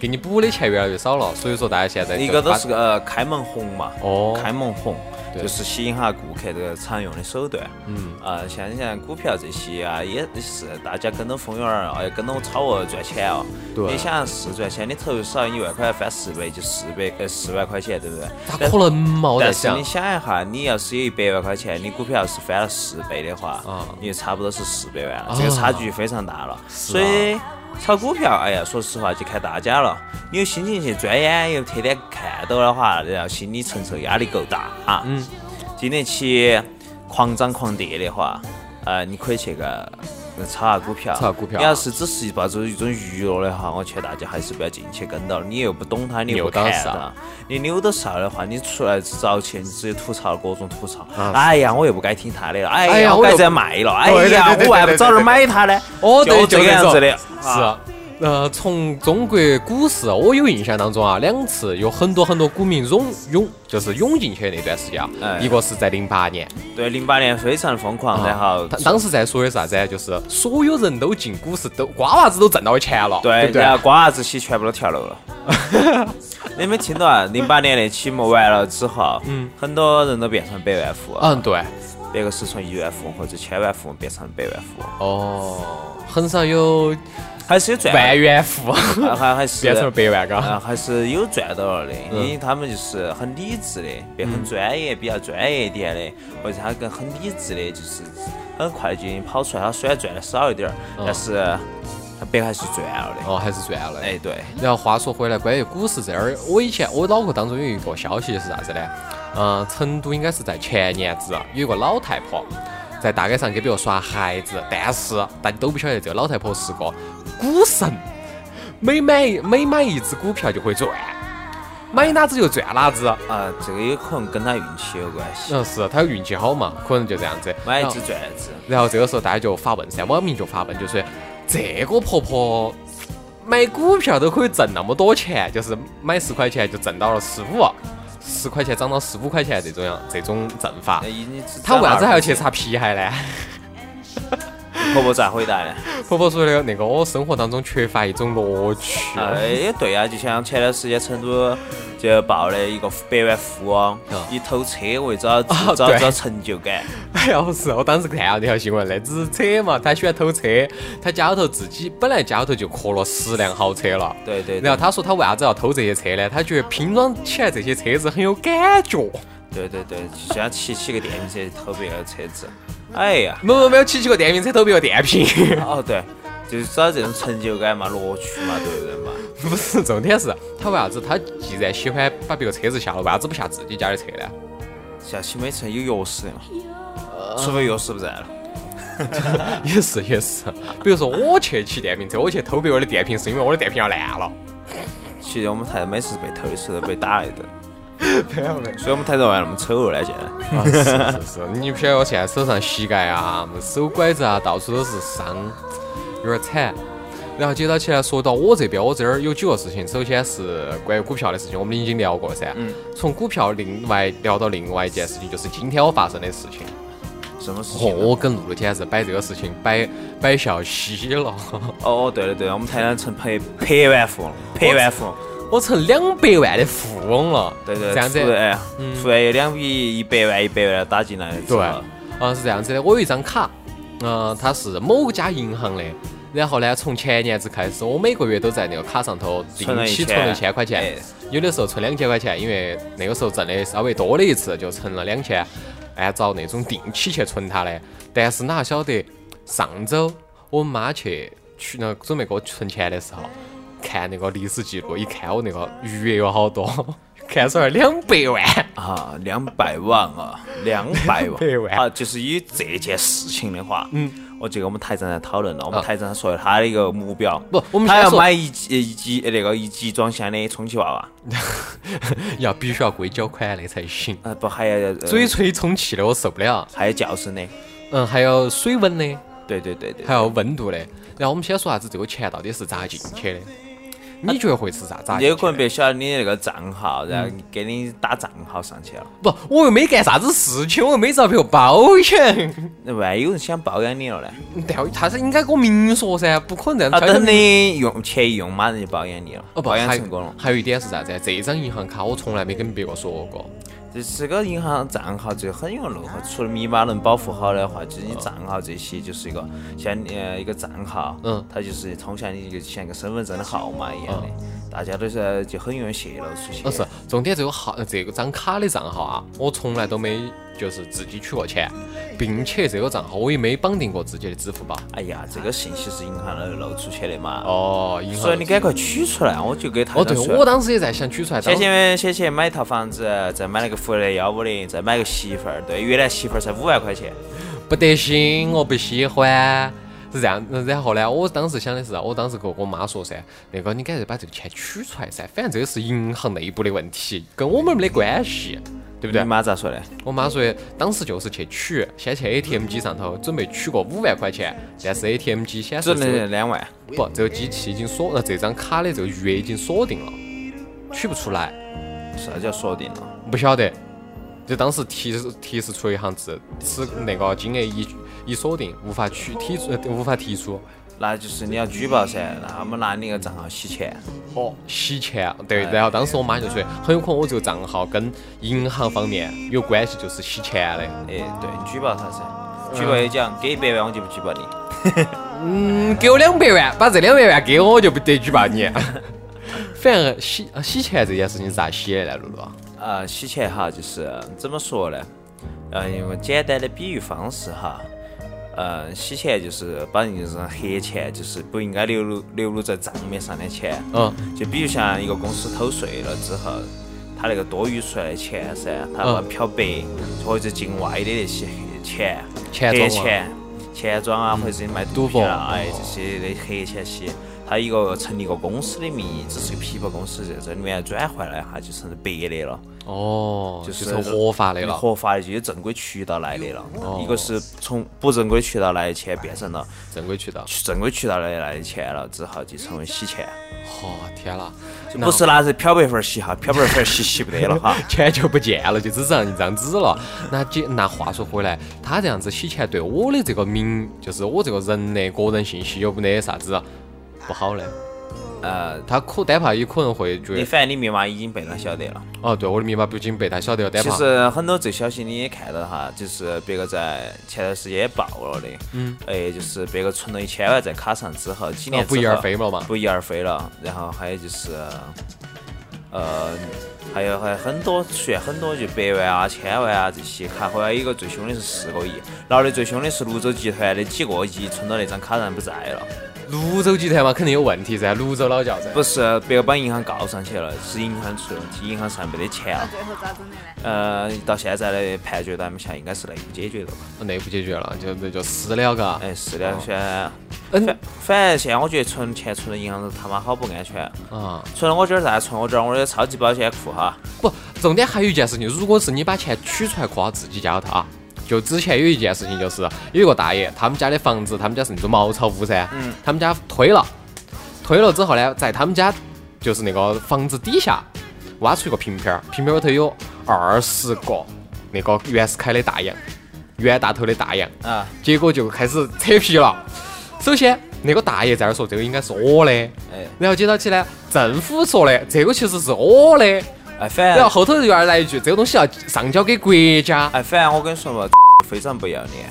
[SPEAKER 3] 给你补的钱越来越少了，所以说大家现在
[SPEAKER 1] 一个
[SPEAKER 3] 就
[SPEAKER 1] 都
[SPEAKER 3] 把
[SPEAKER 1] 是个呃开门红嘛，
[SPEAKER 3] 哦
[SPEAKER 1] 开门红
[SPEAKER 3] 对
[SPEAKER 1] 就是吸引下顾客的常用的手段。
[SPEAKER 3] 嗯，
[SPEAKER 1] 啊，像你像股票这些啊，也是大家跟着风云儿，哎，跟着我炒哦赚钱哦。
[SPEAKER 3] 对
[SPEAKER 1] 你想是赚钱，你投入少一万块翻十倍就四百呃四万块钱，对不对？
[SPEAKER 3] 咋
[SPEAKER 1] 但
[SPEAKER 3] 可能嘛？我在
[SPEAKER 1] 但是
[SPEAKER 3] 想
[SPEAKER 1] 你，想一下，你要是有一百万块钱，你股票要是翻了四倍的话，
[SPEAKER 3] 啊
[SPEAKER 1] 你就差不多是四百万了
[SPEAKER 3] 啊，
[SPEAKER 1] 这个差距非常大了。
[SPEAKER 3] 啊
[SPEAKER 1] 所以炒股票，哎呀，说实话就看大家了。你有心情去钻研，又天天看到的话，然后心理承受压力够大啊。嗯。经得起狂涨狂跌的话，呃，你可以去个。呃炒下股票，
[SPEAKER 3] 炒下股票
[SPEAKER 1] 你要是只是抱着一种娱乐的话，我劝大家还是不要进去跟到，你又不懂它，你又不
[SPEAKER 3] 扭到
[SPEAKER 1] 看
[SPEAKER 3] 啥
[SPEAKER 1] 它，啊你扭到啥的话，你出来遭钱，你直接吐槽各种吐槽。
[SPEAKER 3] 啊
[SPEAKER 1] 哎呀，我又不该听他的了，哎
[SPEAKER 3] 哎呀
[SPEAKER 1] 呀，
[SPEAKER 3] 我
[SPEAKER 1] 我该
[SPEAKER 3] 又
[SPEAKER 1] 在卖了，哎
[SPEAKER 3] 对对
[SPEAKER 1] 呀，
[SPEAKER 3] 对对
[SPEAKER 1] 我还不
[SPEAKER 3] 对对
[SPEAKER 1] 早点
[SPEAKER 3] 对
[SPEAKER 1] 买它呢。
[SPEAKER 3] 哦，对，
[SPEAKER 1] 这个
[SPEAKER 3] 这
[SPEAKER 1] 样
[SPEAKER 3] 种
[SPEAKER 1] 子的，
[SPEAKER 3] 是啊，呃，从中国股市，我有印象当中啊，两次有很多很多股民涌涌，就是涌进去的那段时间啊，
[SPEAKER 1] 哎
[SPEAKER 3] 一个是在零八年，
[SPEAKER 1] 对，零八年非常疯狂，然后
[SPEAKER 3] 啊他当时在说的啥子啊？就是所有人都进股市，都瓜娃子都挣到钱了，对
[SPEAKER 1] 对，
[SPEAKER 3] 不对
[SPEAKER 1] 然？后瓜娃子起全部都跳楼了。 你没听到啊？零八年那期末完了之后，嗯，很多人都变成百万富翁，
[SPEAKER 3] 嗯，对，
[SPEAKER 1] 别个是从亿万富翁或者千万富翁变成百万富翁，
[SPEAKER 3] 哦，很少有
[SPEAKER 1] 还是有赚
[SPEAKER 3] 万
[SPEAKER 1] 的，
[SPEAKER 3] 元富
[SPEAKER 1] 还还还 是
[SPEAKER 3] 变成百万
[SPEAKER 1] 啊，
[SPEAKER 3] 个，
[SPEAKER 1] 还是有赚到了的，
[SPEAKER 3] 嗯
[SPEAKER 1] 因为他们就是很理智的，变很专业，比较专业一点的，或者他更很理智的，就是很快就已经跑出来。他虽然赚的少一点儿，但是他别个还是赚了的。
[SPEAKER 3] 嗯哦，还是赚了。
[SPEAKER 1] 哎，对，
[SPEAKER 3] 然后话说回来，关于股市这儿，我以前我脑壳当中有一个消息是啥子呢？嗯、成都应该是在前年子啊，有一个老太婆在大街上给别个耍孩子，但是大家都不晓得这个老太婆是个股神，每买每买一只股票就会赚，买哪只就赚哪只。
[SPEAKER 1] 啊，这个有可能跟他运气有关系，
[SPEAKER 3] 嗯，是她运气好嘛，可能就这样子。
[SPEAKER 1] 买一
[SPEAKER 3] 然后
[SPEAKER 1] 只赚一只。
[SPEAKER 3] 然后这个时候大家就发问噻，网民就发问，就说这个婆婆买股票都可以挣那么多钱，就是买十块钱就挣到了十五，十块钱涨到十五块钱这种样这种挣法
[SPEAKER 1] 那，哎一你只
[SPEAKER 3] 她为啥子还要去
[SPEAKER 1] 找
[SPEAKER 3] 擦皮鞋呢？
[SPEAKER 1] 哪儿？婆婆咋回答呢？
[SPEAKER 3] 婆婆说的那个我生活当中缺乏一种乐趣，
[SPEAKER 1] 哎，也对啊，就像前段时间成都就爆了一个百万富翁
[SPEAKER 3] 嗯，
[SPEAKER 1] 以偷车为找
[SPEAKER 3] 啊
[SPEAKER 1] 找找
[SPEAKER 3] 对
[SPEAKER 1] 成就感。
[SPEAKER 3] 哎呀，我是，我当时看到那条新闻，那只车嘛，他喜欢偷车，他家里头自己本来家里头就刻了十辆豪车了，
[SPEAKER 1] 对对对
[SPEAKER 3] 然后他说他为啥子要偷这些车呢？他觉得拼装起来这些车子很有感觉。
[SPEAKER 1] 对对对，就像骑骑个电瓶车偷别个车子。哎呀，
[SPEAKER 3] 没有没有，骑起个电瓶车都没有电瓶。
[SPEAKER 1] 哦对，就是找这种成就感嘛、乐趣嘛，对不对嘛？
[SPEAKER 3] 不是，重点是他为啥子？他既然喜欢把别个车子下了，为啥子不下自己家的车呢？
[SPEAKER 1] 下期每次有钥匙的嘛，
[SPEAKER 3] 呃
[SPEAKER 1] 除非钥匙不在了。
[SPEAKER 3] 也是也是，比如说我去骑电瓶车，我去偷别个的电瓶，是因为我的电瓶要烂了。
[SPEAKER 1] 其实我们台每次被偷一次都被打了 一顿。所以我们台头还那么丑恶呢，现 在。
[SPEAKER 3] 啊，是是是，你不晓得我现在手上膝盖啊、手拐子啊，到处都是伤，有点惨。然后接到起来说到我这边，我这儿有几个事情。首先是关于股票的事情，我们已经聊过了噻。嗯。从股票另外聊到另外一件事情，就是今天我发生的事情。
[SPEAKER 1] 什么事
[SPEAKER 3] 哦，
[SPEAKER 1] 情呢？
[SPEAKER 3] 我跟露露简直摆这个事情摆摆笑嘻了，
[SPEAKER 1] 哦哦，对了对了，我们台长成赔百万富翁，百万富翁。
[SPEAKER 3] 我成两百万的富翁了。
[SPEAKER 1] 对对，
[SPEAKER 3] 这样子
[SPEAKER 1] 突。然突然有两笔一百万一百万打进来的，
[SPEAKER 3] 对，啊、是这样子的，我有一张卡，嗯、它是某家银行的。然后呢，从前年子开始，我每个月都在那个卡上头定
[SPEAKER 1] 存了一
[SPEAKER 3] 期
[SPEAKER 1] 千
[SPEAKER 3] 存了一千块钱
[SPEAKER 1] 哎，
[SPEAKER 3] 有的时候存两千块钱，因为那个时候挣的稍微多了一次，就存了两千，按照那种定期去存它的。但是哪晓得，上周我妈去去那准备给我存钱的时候，看那个历史记录，一看我那个余额有好多， 看出来两百万。
[SPEAKER 1] 啊，两百万啊，两百万，
[SPEAKER 3] 200万
[SPEAKER 1] 啊，就是以这件事情的话，嗯，我就跟我们台长在讨论了，我们台长说了他的一个目标，
[SPEAKER 3] 不我们
[SPEAKER 1] 他
[SPEAKER 3] 先
[SPEAKER 1] 要
[SPEAKER 3] 说
[SPEAKER 1] 买一集一集那个一集装箱的充气娃娃，
[SPEAKER 3] 要必须要归缴款的才行。
[SPEAKER 1] 啊，不还要呃
[SPEAKER 3] 嘴吹充气的我受不了，
[SPEAKER 1] 还有叫声的，
[SPEAKER 3] 嗯，还有水温的，
[SPEAKER 1] 对对对对
[SPEAKER 3] 还，有温度的。然后我们先说啥子这个钱到底是咋进去的？你觉得会是咋咋
[SPEAKER 1] 你
[SPEAKER 3] 进
[SPEAKER 1] 有可能
[SPEAKER 3] 去的？
[SPEAKER 1] 别晓得你那个账号，然后给你打账号上去了，
[SPEAKER 3] 不，我又没干啥子事情，我又没遭别个包养，
[SPEAKER 1] 那万一有人想包养你了呢？
[SPEAKER 3] 但他是应该给我明说噻，不可能这
[SPEAKER 1] 啊，
[SPEAKER 3] 样挑
[SPEAKER 1] 等
[SPEAKER 3] 你。
[SPEAKER 1] 你用钱一用，马上就包养你了，
[SPEAKER 3] 哦不，
[SPEAKER 1] 包养
[SPEAKER 3] 还
[SPEAKER 1] 成功了。
[SPEAKER 3] 还有一点是啥子？这张银行卡我从来没跟别个说过。
[SPEAKER 1] 这是个银行账号就很容易
[SPEAKER 3] 啊
[SPEAKER 1] 弄好，除了密码能保护好的话，就是你账号这些就是一个像呃一个账号，
[SPEAKER 3] 嗯
[SPEAKER 1] 它就是通向你就像一个身份证的号码一样的，大家都是就很容易泄露出去。
[SPEAKER 3] 不嗯哦是，重点这个号，这个张卡的账号啊，我从来都没就是自己取过钱，并且这个账号我也没绑定过自己的支付宝。
[SPEAKER 1] 哎呀，这个信息是银行漏露出去的嘛，
[SPEAKER 3] 哦，银行
[SPEAKER 1] 所以你赶快取出来，我就给他
[SPEAKER 3] 哦，对，我当时也在想取出来，
[SPEAKER 1] 先
[SPEAKER 3] 当
[SPEAKER 1] 去
[SPEAKER 3] 时
[SPEAKER 1] 先去买一套房子，再买那个福利幺五零，再买个媳妇儿。对，原来媳妇儿才五万块钱，
[SPEAKER 3] 不得行，我不喜欢。是这样，然后呢，我当时想的是，我当时跟我妈说噻，那个你干脆把这个钱取出来噻，反正这个是银行内部的问题，跟我们没得关系，对不对
[SPEAKER 1] 你？妈咋说的？
[SPEAKER 3] 我妈说，当时就是去取，先去 ATM 机上头准备取个五万块钱，但是 ATM 机显示
[SPEAKER 1] 只
[SPEAKER 3] 是
[SPEAKER 1] 能两万。
[SPEAKER 3] 不，这个机器已经锁，呃，这张卡的这个余额已经锁定了，取不出来。
[SPEAKER 1] 啥叫锁定了？
[SPEAKER 3] 不晓得，就当时提示提示出了一行字，此那个金额已已锁定，无法取提出，呃无法提出。
[SPEAKER 1] 那就是你要举报噻，那他们拿你个账号洗钱。
[SPEAKER 3] 哦，哎洗钱，对。然后当时我妈就说，很有可能我这个账号跟银行方面有关系，就是洗钱的。
[SPEAKER 1] 哎，对，你举报他噻。举报也讲，给一百万我就不举报你。
[SPEAKER 3] 嗯，给我两百万，把这两百万给我，我就不得举报你。 反正洗啊洗钱这件事情是咋洗的呢，露露？
[SPEAKER 1] 啊，洗钱哈，就是怎么说呢？呃，用个简单的比喻方式哈，呃，洗钱就是把人家黑钱，就是不应该流入流入在账面上的钱。
[SPEAKER 3] 嗯，
[SPEAKER 1] 就比如像一个公司偷税了之后，他那个多余出来的钱噻，他
[SPEAKER 3] 嗯
[SPEAKER 1] 把漂白或者境外的那些黑钱、
[SPEAKER 3] 钱嗯
[SPEAKER 1] 黑
[SPEAKER 3] 庄啊
[SPEAKER 1] 钱、钱庄啊，或者是卖
[SPEAKER 3] 赌
[SPEAKER 1] 毒
[SPEAKER 3] 博
[SPEAKER 1] 品啊，哎这些的黑钱些。他一个成立一个公司的名义，只是个皮包公司，在这里面转换了一下，就成了白的了，
[SPEAKER 3] 哦，就是是合法的了。哦
[SPEAKER 1] 合法的就有正规渠道来的了。一个是从不正规渠道来的钱变成了
[SPEAKER 3] 正规渠道。
[SPEAKER 1] 正规渠道来来的钱了，之后就成为洗钱。
[SPEAKER 3] 哦，天啦，那。
[SPEAKER 1] 不是拿着漂白粉儿洗哈，漂白粉儿洗洗不得了哈
[SPEAKER 3] 钱就不见了，就只剩一张纸了。那姐，那话说回来，他这样子洗钱对我的这个名，就是我这个人的个人信息有没得啥子不好呢？
[SPEAKER 1] 呃，
[SPEAKER 3] 他可单怕有可能会觉
[SPEAKER 1] 你
[SPEAKER 3] 得，
[SPEAKER 1] 反正你密码已经被他晓得了。
[SPEAKER 3] 哦，对，我的密码不仅被他晓得了，单
[SPEAKER 1] 其
[SPEAKER 3] 怕。哦
[SPEAKER 1] 实很多这消息你也看到哈，就是别个在前段时间也爆了的。嗯。哎，就是别个存了一千万在卡上之后，几年
[SPEAKER 3] 哦不翼
[SPEAKER 1] 之后
[SPEAKER 3] 而飞了嘛
[SPEAKER 1] 不翼而飞了。然后还有就是，呃，还有还有很多出现很多就百万啊、千万啊这些卡，后来有一个最凶的是四个亿，闹得最凶的是泸州集团的几个亿存到那张卡上不在了。
[SPEAKER 3] 泸州集团嘛，肯定有问题噻，泸州老窖噻。
[SPEAKER 1] 不是，别个把银行告上去了，是银行出了问题，银行上没得钱
[SPEAKER 4] 到
[SPEAKER 1] 了。
[SPEAKER 4] 最后咋整的呢？
[SPEAKER 1] 呃，到现在的判决咱们下应该是内部解决的吧？
[SPEAKER 3] 内部解决了，就那就私了，嘎。
[SPEAKER 1] 哎，是的，现在
[SPEAKER 3] 嗯
[SPEAKER 1] 反反正现在我觉得存钱存到银行是他妈好不安全。
[SPEAKER 3] 啊，
[SPEAKER 1] 存了我这儿啥？存我这儿我的超级保险库哈。
[SPEAKER 3] 不，重点还有一件事情，如果是你把钱取出来挂到自己家头啊，就之前有一件事情，就是有一个大爷，他们家的房子，他们家是那种茅草屋噻，
[SPEAKER 1] 嗯
[SPEAKER 3] 他们家推了，推了之后呢，在他们家就是那个房子底下挖出一个瓶瓶儿，瓶瓶儿里头有二十个那个袁世凯的大洋，袁大头的大洋，
[SPEAKER 1] 啊，
[SPEAKER 3] 结果就开始扯皮了。首先，那个大爷在那儿说这个应该是我的，
[SPEAKER 1] 哎
[SPEAKER 3] 然后接到起来政府说的这个其实是我的，
[SPEAKER 1] 哎，反
[SPEAKER 3] 然后
[SPEAKER 1] 正
[SPEAKER 3] 后头又要来一句这个东西要上交给国家，
[SPEAKER 1] 哎，反正我跟你说嘛，非常不要脸。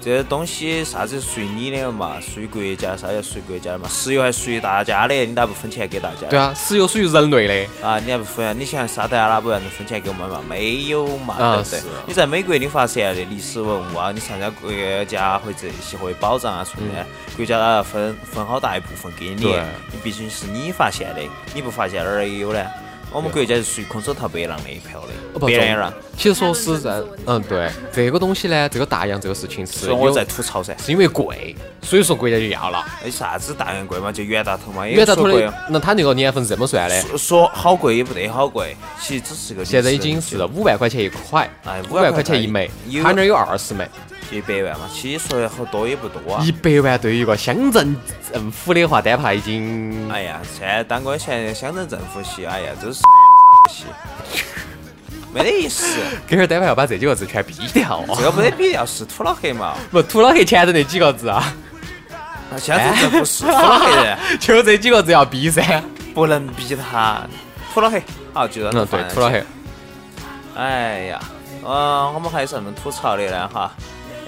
[SPEAKER 1] 这东西啥子属于你的嘛，属于国家，啥叫属于国家的嘛？石油还属于大家的，你咋不分钱给大家？
[SPEAKER 3] 对啊，石油属于人类的。
[SPEAKER 1] 啊，你还不分？你想沙特阿拉伯人分钱给我们嘛？没有嘛，
[SPEAKER 3] 啊
[SPEAKER 1] 对不对
[SPEAKER 3] 是？
[SPEAKER 1] 你在美国你发现的历史文物啊，你参加国家或者一些会保障啊什么的，国家它要分分好大一部分给你
[SPEAKER 3] 嗯对，
[SPEAKER 1] 你毕竟是你发现的，你不发现哪儿有呢？我们国家是属于空手套白狼的一票
[SPEAKER 3] 哦
[SPEAKER 1] 的，
[SPEAKER 3] 不
[SPEAKER 1] 别人啊让。
[SPEAKER 3] 其实说实在，嗯，对，这个东西呢，这个大洋这个事情是
[SPEAKER 1] 所以我
[SPEAKER 3] 有
[SPEAKER 1] 在吐槽噻，
[SPEAKER 3] 是因为贵，所以说国家就要了。
[SPEAKER 1] 哎，啥子大洋贵嘛，就袁大头嘛，也
[SPEAKER 3] 袁大
[SPEAKER 1] 哎说
[SPEAKER 3] 头
[SPEAKER 1] 贵啊
[SPEAKER 3] 的，，那他那个年份是这么算的，
[SPEAKER 1] 说说好贵也不得好贵，其实只是个历史
[SPEAKER 3] 现在已经是
[SPEAKER 1] 就
[SPEAKER 3] 五万块钱一块，
[SPEAKER 1] 哎
[SPEAKER 3] 五万块钱一枚
[SPEAKER 1] 有，
[SPEAKER 3] 他那儿有二十枚，
[SPEAKER 1] 一百万嘛，其实说好多也不多啊。
[SPEAKER 3] 一百万对于一个乡镇政府的话，单怕已经
[SPEAKER 1] 哎呀，现在当官现在乡镇政府系，哎呀，真是系，没得意思，
[SPEAKER 3] 给儿单怕要把这几个字全毙掉
[SPEAKER 1] 这
[SPEAKER 3] 啊！
[SPEAKER 1] 个没得必要，是土老黑嘛，
[SPEAKER 3] 不，土老黑前头那几个字啊，
[SPEAKER 1] 乡镇政府是土老黑人，
[SPEAKER 3] 就这几个字要毙噻。
[SPEAKER 1] 不能逼他，土老黑，好，就让他
[SPEAKER 3] 嗯，对，土老黑。。
[SPEAKER 1] 哎呀，嗯、我们还有什么吐槽的呢？哈，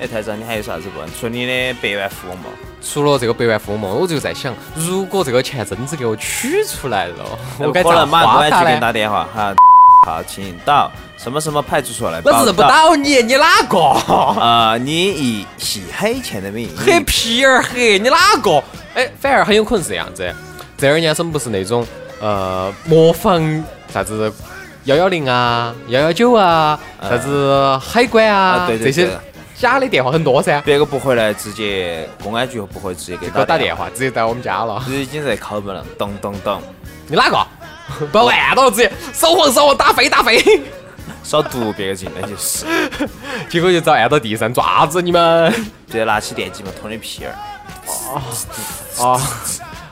[SPEAKER 1] 哎，台长，你还有啥子不？除你的百万富翁梦，
[SPEAKER 3] 除了这个百万富翁梦，我就在想，如果这个钱真子给我取出来了，我该
[SPEAKER 1] 哎可
[SPEAKER 3] 咋
[SPEAKER 1] 能马上公
[SPEAKER 3] 花
[SPEAKER 1] 安
[SPEAKER 3] 它
[SPEAKER 1] 局给你
[SPEAKER 3] 呢？
[SPEAKER 1] 打电话哈。好，请到什么什么派出所来
[SPEAKER 3] 我
[SPEAKER 1] 报
[SPEAKER 3] 认不
[SPEAKER 1] 到。
[SPEAKER 3] 到你，你哪个？
[SPEAKER 1] 啊、你以洗黑钱的名义，
[SPEAKER 3] 黑皮儿黑，你哪个？哎，反而很有可能是这样子。这儿年生不是那种呃模仿啥子幺幺零啊、幺幺九啊、啥子海关
[SPEAKER 1] 嗯
[SPEAKER 3] 啊
[SPEAKER 1] 啊对对
[SPEAKER 3] 这些
[SPEAKER 1] 对
[SPEAKER 3] 假的电话很多噻，
[SPEAKER 1] 别个不回来，直接公安局不会直接给
[SPEAKER 3] 给我
[SPEAKER 1] 打
[SPEAKER 3] 打电，话直接到我们家了。
[SPEAKER 1] 直接已经在敲门了，咚咚咚，
[SPEAKER 3] 你哪个？ 把我按到了，直接扫黄扫黄打飞打飞，
[SPEAKER 1] 少读别个进来就是，
[SPEAKER 3] 结果就遭按到地上，爪子你们！
[SPEAKER 1] 直接拿起电击嘛，捅你屁眼儿。
[SPEAKER 3] 啊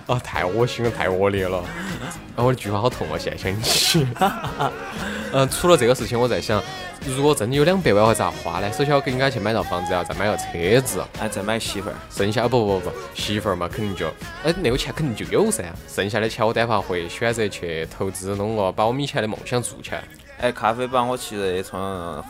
[SPEAKER 3] 啊！太恶心了，太恶劣了！啊，我的菊花好痛啊，现在想起。 嗯，除了这个事情，我在想，如果真的有两百万，我咋花呢？首先，我应该去买套房子，然后啊再买个车子，
[SPEAKER 1] 哎，再买个媳妇儿，
[SPEAKER 3] 剩下不不不，媳妇儿嘛，肯定就，哎，那个钱肯定就有噻。剩下的钱，我单怕会选择去投资，弄个把我们以前的梦想做起来。
[SPEAKER 1] 哎，咖啡吧，我其实也从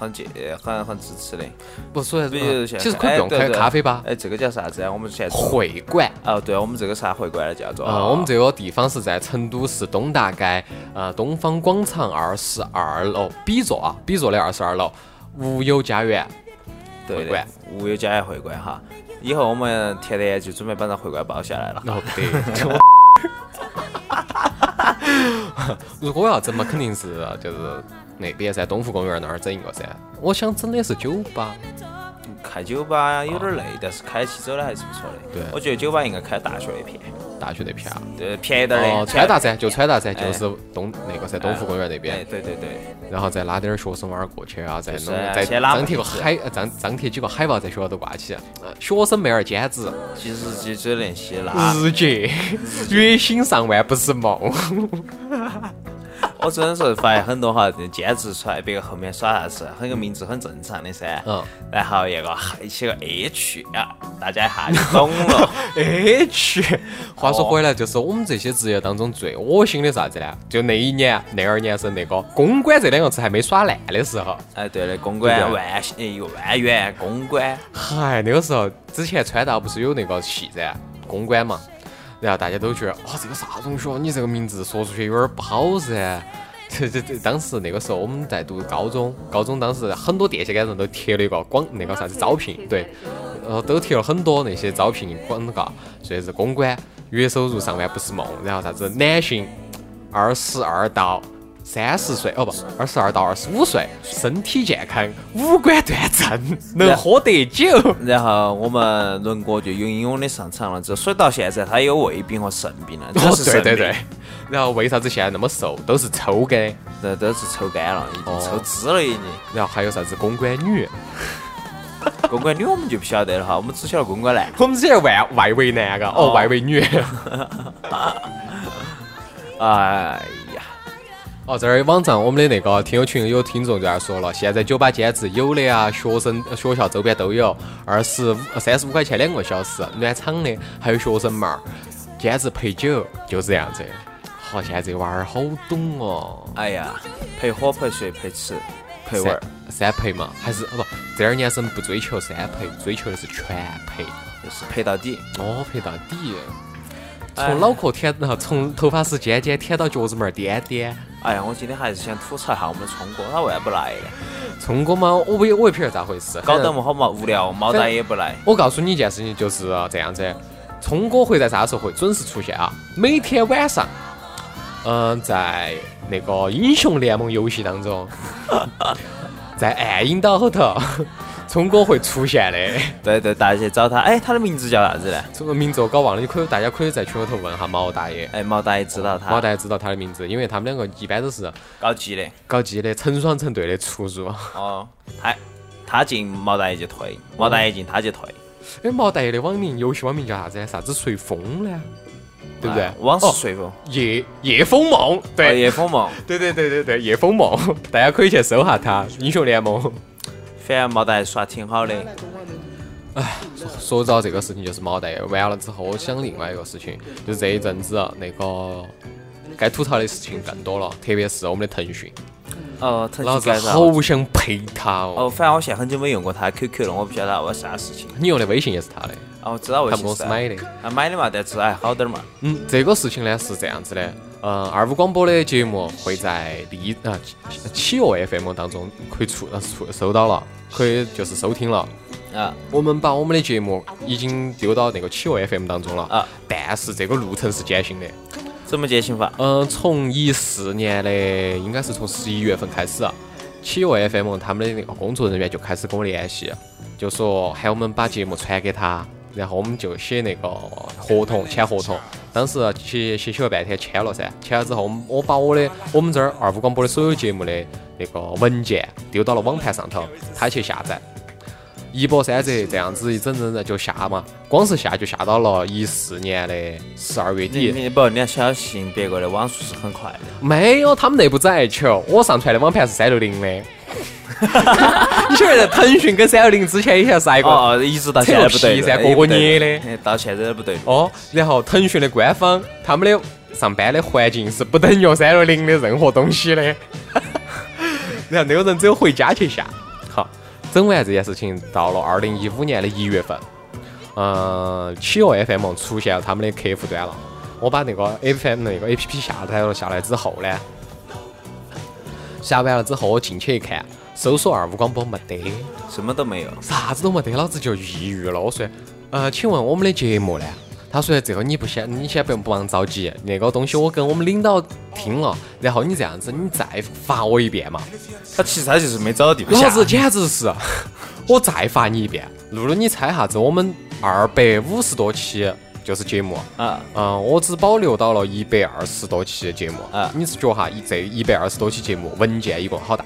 [SPEAKER 1] 很接很很支持的，
[SPEAKER 3] 不说啥子
[SPEAKER 1] 比如
[SPEAKER 3] 嘛，
[SPEAKER 1] 现在
[SPEAKER 3] 嗯其实可以不用
[SPEAKER 1] 哎对
[SPEAKER 3] 开
[SPEAKER 1] 对
[SPEAKER 3] 咖啡吧，
[SPEAKER 1] 哎，这个叫啥子啊？我们现在
[SPEAKER 3] 会馆。
[SPEAKER 1] 哦，对，我们这个啥会馆呢？叫做
[SPEAKER 3] 呃，我们这个地方是在成都市东大街呃东方广场二十二楼 B 座啊，B 座的二十二楼无忧家园。
[SPEAKER 1] 对
[SPEAKER 3] 会
[SPEAKER 1] 的
[SPEAKER 3] 馆
[SPEAKER 1] 无忧家园会馆哈，以后我们甜甜就准备把这会馆包下来了。
[SPEAKER 3] 然后不得。 如果要整嘛，肯定是就是那边噻，东湖公园那儿整一个噻。我想整的是酒吧，
[SPEAKER 1] 开酒吧有点累，但是开起走的还是不错的。
[SPEAKER 3] 对
[SPEAKER 1] 我觉得酒吧应该开大学那片，
[SPEAKER 3] 大学那片儿。
[SPEAKER 1] 呃，便宜点儿的。
[SPEAKER 3] 哦，川大噻，就川大噻，就
[SPEAKER 1] 哎
[SPEAKER 3] 是东那个噻，东湖公园那边
[SPEAKER 1] 哎，。对对对，
[SPEAKER 3] 然后再拉点儿学生娃儿过去啊，再
[SPEAKER 1] 是
[SPEAKER 3] 弄
[SPEAKER 1] 啊
[SPEAKER 3] 再
[SPEAKER 1] 先拉
[SPEAKER 3] 张贴个
[SPEAKER 1] 妹子
[SPEAKER 3] 海，呃张张贴几个海报在学校头挂起，呃学生妹儿简直
[SPEAKER 1] 其实就只能些那，
[SPEAKER 3] 日结，月薪上万不是梦。
[SPEAKER 1] 我只能说发现很多哈，这兼职出来，别个后面耍啥子，很个名字很正常的噻。
[SPEAKER 3] 嗯。
[SPEAKER 1] 然后一个嗨起个 H 啊，大家一下就懂了。
[SPEAKER 3] H，话
[SPEAKER 1] 哦
[SPEAKER 3] 说回来，就是我们这些职业当中最恶心的是啥子呢？就那一年、那二年是那个公关这两个字还没耍烂的时候，
[SPEAKER 1] 哎，对的，公
[SPEAKER 3] 对
[SPEAKER 1] 关
[SPEAKER 3] 不对
[SPEAKER 1] 万哎一个万元公关，
[SPEAKER 3] 嗨，那个时候之前川大不是有那个戏噻，公关嘛，然后大家都觉得哇，这个啥东西哦，你这个名字说出去有点儿不好噻。 这这这，当时那个时候我们哦在读高中，高中当时很多电线杆上都贴了一个广那个啥子招聘，对，然后呃都贴了很多那些招聘广告，说的是公关月收入上万不是梦，然后啥子男性二十二到三十岁，哦不，二十二到二十五岁，身体健康，五官端正，能喝得 酒。
[SPEAKER 1] 然后我们伦哥就英勇的上场了，之后所以到现在他有胃病和肾病了，这
[SPEAKER 3] 哦，
[SPEAKER 1] 是
[SPEAKER 3] 对
[SPEAKER 1] 肾
[SPEAKER 3] 对
[SPEAKER 1] 病，
[SPEAKER 3] 对。然后为啥子现在那么瘦，都是抽干。
[SPEAKER 1] 这都是抽干了，已经
[SPEAKER 3] 哦
[SPEAKER 1] 抽脂了已经。
[SPEAKER 3] 然后还有啥子公关女，
[SPEAKER 1] 公关女我们就不晓得了哈，我们只晓得公关男。
[SPEAKER 3] 我们之前外外围男嘎，哦，
[SPEAKER 1] 哦
[SPEAKER 3] 外围女。
[SPEAKER 1] 哎呀，
[SPEAKER 3] 哦，这儿网站我们的那个听友群有听众就在说了，现在酒吧兼职有的啊，学生呃学校周边都有，二十五三十五块钱两个小时，暖场的，还有学生妹儿兼职陪酒，就这样子。好，现在这娃儿好懂哦，
[SPEAKER 1] 哎呀，陪喝陪睡陪吃陪玩
[SPEAKER 3] 三
[SPEAKER 1] 儿，
[SPEAKER 3] 三陪嘛，还是哦不，这二年生不追求三陪，追求的是全陪，
[SPEAKER 1] 就是陪到底。
[SPEAKER 3] 哦陪到底，
[SPEAKER 1] 哎
[SPEAKER 3] 从脑壳舔，然后从头发丝尖尖舔到脚趾拇儿颠颠。
[SPEAKER 1] 哎呀，我今天还是想吐槽一下我们的聪哥，他为啥不来呢？
[SPEAKER 3] 聪哥嘛，我不也我也不晓得咋回事，
[SPEAKER 1] 搞
[SPEAKER 3] 反
[SPEAKER 1] 得
[SPEAKER 3] 正
[SPEAKER 1] 我们好嘛无聊，毛蛋也不来。
[SPEAKER 3] 我告诉你一件事情，就是啊这样子。聪哥会在啥时候会准时出现啊？每天晚上，嗯、在那个英雄联盟游戏当中， 在暗影岛后头，聪哥会出现的。
[SPEAKER 1] 对对，大家去找他。哎，他的名字叫啥子呢？
[SPEAKER 3] 这个名字我搞忘了，你可以大家可以在群里头问下毛大爷，
[SPEAKER 1] 哎，毛蛋也知道他，
[SPEAKER 3] 毛大爷知道他的名字，因为他们两个一般都是
[SPEAKER 1] 搞基的。
[SPEAKER 3] 搞基的成双成对的出入。
[SPEAKER 1] 哦，他他进毛蛋也就退，毛蛋也进他就退，
[SPEAKER 3] 哎，毛大爷的网名游戏网名叫啥子？啥子随风呢？对不对
[SPEAKER 1] 哎？往事
[SPEAKER 3] 哦
[SPEAKER 1] 随风，
[SPEAKER 3] 夜夜风梦，
[SPEAKER 1] 哦
[SPEAKER 3] 对，
[SPEAKER 1] 夜风梦。
[SPEAKER 3] 对对对对对，夜风梦， 大家可以去搜下他英雄联盟。
[SPEAKER 1] 反正毛蛋还耍挺好的。
[SPEAKER 3] 说到这个事情，就是毛蛋完了之后，我想另外一个事情，就是这一阵子啊那个该吐槽的事情更多了，特别是我们的腾 讯，
[SPEAKER 1] 哦，腾
[SPEAKER 3] 老
[SPEAKER 1] 讯
[SPEAKER 3] 子
[SPEAKER 1] 干啥？
[SPEAKER 3] 好想陪他
[SPEAKER 1] 哦，
[SPEAKER 3] 哦。
[SPEAKER 1] 反正我现在很久没用过他的 QQ 了，我不晓得他为啥事情。
[SPEAKER 3] 你用的微信也哦是他的，
[SPEAKER 1] 啊，我知道为
[SPEAKER 3] 他
[SPEAKER 1] 啥
[SPEAKER 3] 们公司买的。
[SPEAKER 1] 啊，买的嘛，但是哎，好点儿嘛。
[SPEAKER 3] 嗯，这个事情呢是这样子的，嗯，二五广播的节目会在荔啊企鹅 FM 当中可以出呃出收到了，可以就是收听了。
[SPEAKER 1] 啊，
[SPEAKER 3] 我们把我们的节目已经丢到那个企鹅 FM 当中了
[SPEAKER 1] 啊
[SPEAKER 3] 但是这个路程是艰辛的。
[SPEAKER 1] 怎么接信法？
[SPEAKER 3] 嗯、从一四年的应该是从十一月份开始啊，企鹅 FM 他们的那个工作人员就开始跟我联系，就说哎喊我们把节目传给他，然后我们就写那个合同，签合同。当时写写写了半天，签了噻。签了之后，我们我把我的我们这儿二五广播的所有节目的那个文件丢到了网盘上头，他去下载。一波三折，这样子一整整的就下嘛，光是下就下到了一四年的十二月底
[SPEAKER 1] 你。你不，你要小心，别个的网速是很快的。
[SPEAKER 3] 没有，他们内部只爱求。我上传的网盘是三六零的。你晓得腾讯跟三六零之前以前是挨过？
[SPEAKER 1] 哦，一直到现在不对
[SPEAKER 3] 扯皮噻
[SPEAKER 1] 了，
[SPEAKER 3] 过
[SPEAKER 1] 也不
[SPEAKER 3] 过
[SPEAKER 1] 对
[SPEAKER 3] 捏
[SPEAKER 1] 了
[SPEAKER 3] 的，
[SPEAKER 1] 哎到现在都不对。
[SPEAKER 3] 哦，然后腾讯的官方他们的上班的环境是不等于三六零的任何东西的。 然后那个人只有回家去下。好，整完这件事情，到了二零一五年的一月份，嗯，企鹅 FM 出现了他们的客户端了。我把那个 FM 那个 APP 下载了下来之后呢，下完了之后我进去一看，搜索二五广播没得。
[SPEAKER 1] 什么都没有。
[SPEAKER 3] 啥子都没得，老子就抑郁了。我说，呃，请问我们的节目呢？他说这个你不先，你先不用不忙着急，那个东西我跟我们领导听了，然后你这样子，你再发我一遍嘛。
[SPEAKER 1] 他其实他就是没找到地方
[SPEAKER 3] 老
[SPEAKER 1] 下。
[SPEAKER 3] 子简直是，我再发你一遍。露露，你猜啥子？我们二百五十多期就是节目，
[SPEAKER 1] 啊，
[SPEAKER 3] 嗯，我只保留到了一百二十多期的节目。
[SPEAKER 1] 啊
[SPEAKER 3] 你是觉得哈，一这一百二十多期节目文件一共好大？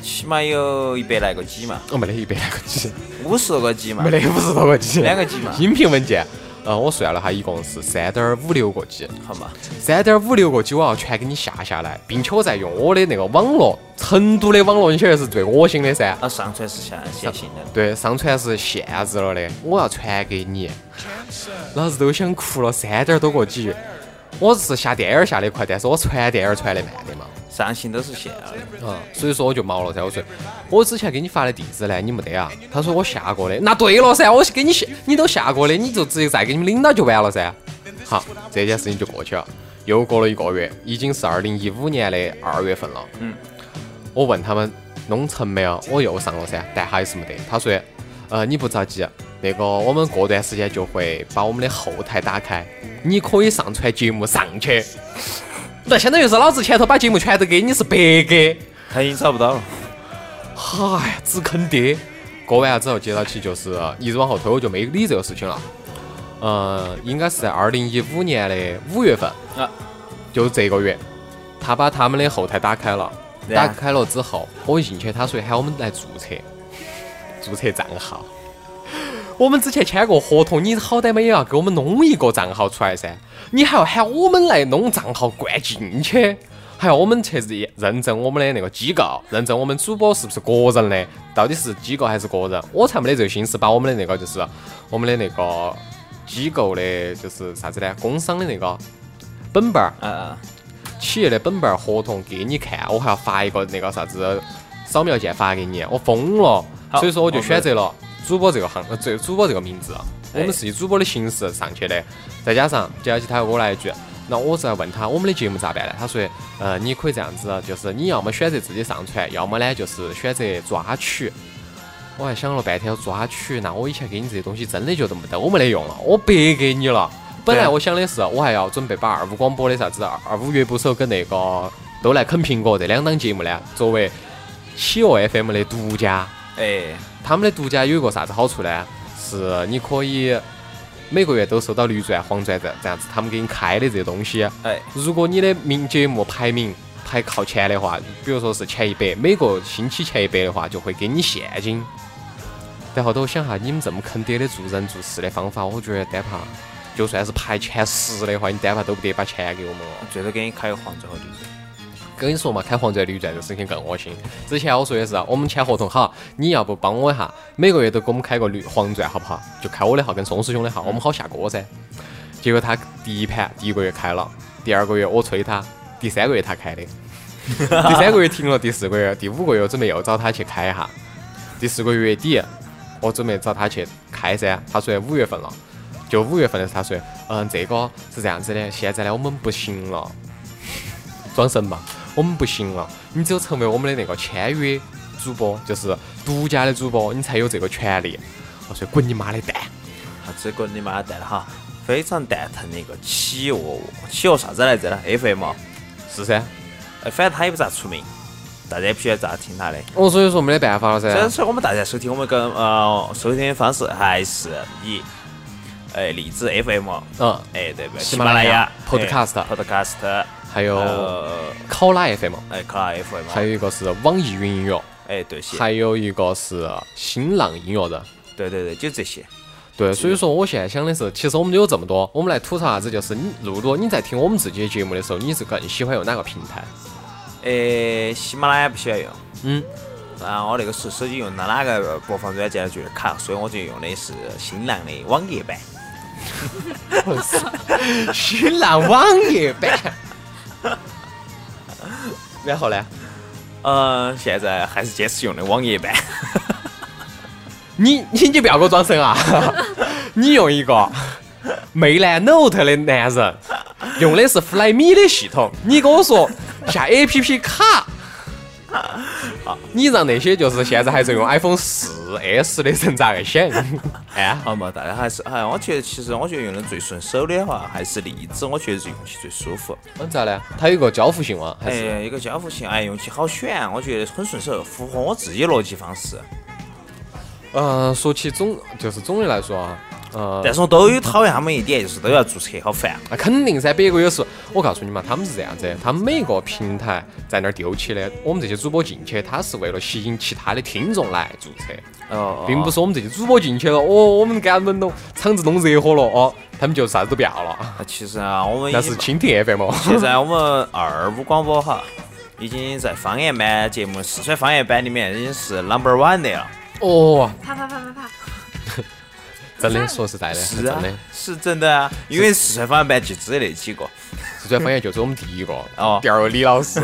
[SPEAKER 1] 起码有一百来个 G 嘛，
[SPEAKER 3] 我哦没得一百来个 G，
[SPEAKER 1] 五十多个 G 嘛
[SPEAKER 3] 没。得五十多个 G，
[SPEAKER 1] 两个 G 嘛
[SPEAKER 3] 音频文件，呃，我算了哈，一共是三点五六个 G，
[SPEAKER 1] 好嘛，
[SPEAKER 3] 三点五六个 G 我要全给你下下来，并且我再用我的那个网络，成都的网络你晓得是最恶心的噻。
[SPEAKER 1] 啊，上传是线线性的。
[SPEAKER 3] 对，上传是限制了的，我要传给你，老子都想哭了，三点多个 G，我是下电影儿下的快，但是我传电影儿传得慢的嘛，
[SPEAKER 1] 上行都是线啊，
[SPEAKER 3] 嗯，所以说我就毛了噻。我说我之前给你发的地址呢，你没得啊？他说我下过的。那对了噻，我给你下，你都下过的，你就直接再给你们领导就完了噻。好，这件事情就过去了。又过了一个月，已经是二零一五年的二月份了。
[SPEAKER 1] 嗯，
[SPEAKER 3] 我问他们弄成没有，我又上了噻，但还是没得。他说，呃，你不着急，那个我们过段时间就会把我们的后台打开，你可以上传节目上去。那相当于是老子前头把节目全都给你是白给，
[SPEAKER 1] 他已经找不到了。
[SPEAKER 3] 哎呀，只坑爹。过完了之后，啊接到起就是一直往后推，我就没理这个事情了。嗯，应该是在二零一五年的五月份，
[SPEAKER 1] 啊，
[SPEAKER 3] 就这个月，他把他们的后台打开了，
[SPEAKER 1] 然
[SPEAKER 3] 打
[SPEAKER 1] 后
[SPEAKER 3] 开了之后，我一进去，他说哎喊我们来注册， 注册账号。我们之前签过合同，你好歹嘛也要给我们弄一个账号出来噻，你还要喊我们来弄账号灌进去，还要我们去认认证我们的那个机构，认证我们主播是不是个人的，到底是机构还是个人，我才没得这个心思把我们的那个就是我们的那个机构的，就是啥子呢，工商的那个本本儿
[SPEAKER 1] 嗯嗯，
[SPEAKER 3] 企业的本本儿合同给你看，我还要发一个那个啥子扫描件发给你，我疯了。
[SPEAKER 1] 好
[SPEAKER 3] 所以说我就
[SPEAKER 1] 我们
[SPEAKER 3] 选择了主播这个行，呃，这主播这个名字，啊我
[SPEAKER 1] 哎
[SPEAKER 3] 们是以主播的形式上去的，再加上接下去他又给我来一句。那我再问他，我们的节目咋办呢？他说，呃，你可以这样子，就是你要么选择自己上传，要么呢就是选择抓取。我还想了半天要抓取，那我以前给你这些东西真的就都没得我没得用了，我白给你了。本来我想的是，我还要准备把二五广播的啥子啊二五乐捕手跟那个都来啃苹果这两档节目呢，作为企鹅 FM 的独家。
[SPEAKER 1] 哎，
[SPEAKER 3] 他们的独家有一个啥子好处呢？是你可以每个月都收到绿钻、黄钻这这样子，他们给你开的这些东西。
[SPEAKER 1] 哎，
[SPEAKER 3] 如果你的名节目排名排靠前的话，比如说是前一百，每个星期前一百的话，就会给你现金。然后头想哈，你们这么坑爹的做人做事的方法，我觉得单怕就算是排前十的话，你单怕都不得把钱给我们哦了。
[SPEAKER 1] 最多给你开个黄最后就是，
[SPEAKER 3] 跟你说嘛，开黄钻、绿钻这事情更恶心。之前我说的是，啊我们签合同好，你要不帮我一下，每个月都给我们开个绿黄钻，好不好？就开我的号跟松师兄的号，我们好下锅噻。结果他第一盘第一个月开了，第二个月我催他，第三个月他开的，第三个月停了，第四个月、第五个月我准备又找他去开一下，第四个月月底我准备找他去开噻，他说五月份了。就五月份的时候，他说，嗯，这个是这样子的，现在呢我们不行了，装神嘛，我们不行了，你只有成为我们的那个签约主播，就是独家的主播，你才有这个权利。我说滚你妈的蛋！
[SPEAKER 1] 他只管啊你妈蛋了哈，非常蛋疼的一个企鹅，企鹅啥子来着呢？FM，
[SPEAKER 3] 是噻，
[SPEAKER 1] 哎，反正他也不咋出名，大家也不晓得咋听他的。
[SPEAKER 3] 我哦所以说没得办法了
[SPEAKER 1] 虽然
[SPEAKER 3] 噻。
[SPEAKER 1] 说我们大家收听我们跟呃收听的方式还是以哎荔枝 FM，
[SPEAKER 3] 嗯，
[SPEAKER 1] 哎对不对？
[SPEAKER 3] 喜
[SPEAKER 1] 喜
[SPEAKER 3] 马
[SPEAKER 1] 马
[SPEAKER 3] 拉
[SPEAKER 1] 拉
[SPEAKER 3] 雅
[SPEAKER 1] 雅
[SPEAKER 3] Podcast
[SPEAKER 1] 哎 Podcast，
[SPEAKER 3] 还有
[SPEAKER 1] 呃
[SPEAKER 3] 考拉 FM，
[SPEAKER 1] 哎克拉 FM，
[SPEAKER 3] 还有一个是网易云音乐，
[SPEAKER 1] 哎对些，
[SPEAKER 3] 还有一个是新浪音乐人。
[SPEAKER 1] 对对对，就这些。
[SPEAKER 3] 对，所以说我现在想的是，其实我们有这么多，我们来吐槽啥子？就是你，如果你在听我们自己的节目的时候，你是更喜欢用哪个平 台？
[SPEAKER 1] 哎，喜马拉雅不喜欢用，
[SPEAKER 3] 嗯，
[SPEAKER 1] 然后我那个时候手机用的哪个播放软件觉得卡，所以我就用的是新浪的网页版。
[SPEAKER 3] 新浪网页版。 然后呢？
[SPEAKER 1] 嗯，现在还是坚持用的网页版。
[SPEAKER 3] 你 你你不要给我装神啊！ 你用一个魅蓝 Note 的男人，用的是 Flyme 的系统，你跟我说下 APP 卡，啊你让那些就是现在还在用 iPhone 四 S 的人咋个想？ 哎，
[SPEAKER 1] 好嘛，大家还是哎，我觉得其实我觉得用的最顺手的话还是荔枝，我觉得是用起最舒服。
[SPEAKER 3] 嗯咋呢？它有一个交互性嘛，还是
[SPEAKER 1] 哎，一个交互性，哎，用起好选，我觉得很顺手，符合我自己逻辑方式。
[SPEAKER 3] 嗯、呃说起总就是总的来说啊，呃，
[SPEAKER 1] 但是我都有讨厌他们一点，就是都要注册，好烦。啊
[SPEAKER 3] 那肯定噻，别个有时候，我告诉你嘛，他们是这样子，他们每个平台在那儿丢起的，我们这些主播进去，他是为了吸引其他的听众来注册，
[SPEAKER 1] 哦
[SPEAKER 3] 并不是我们这些主播进去了，哦，我们给他们弄场子弄热火了，哦，他们就啥子都不要 了。
[SPEAKER 1] 是，其实啊，我们已
[SPEAKER 3] 那
[SPEAKER 1] 经
[SPEAKER 3] 是蜻蜓 FM 哦。
[SPEAKER 1] 现在我们二五广播哈，已经在方言版节目四川方言版里面已经是 number one 的了。
[SPEAKER 3] 哦，
[SPEAKER 2] 啪啪啪啪啪，
[SPEAKER 3] 真的，说实在的，
[SPEAKER 1] 是
[SPEAKER 3] 真
[SPEAKER 1] 啊
[SPEAKER 3] 的，，
[SPEAKER 1] 是真的啊，因为四川方言版就只有那几个。
[SPEAKER 3] 四川 方言就是我们第一个，
[SPEAKER 1] 哦
[SPEAKER 3] 第二个李 老师。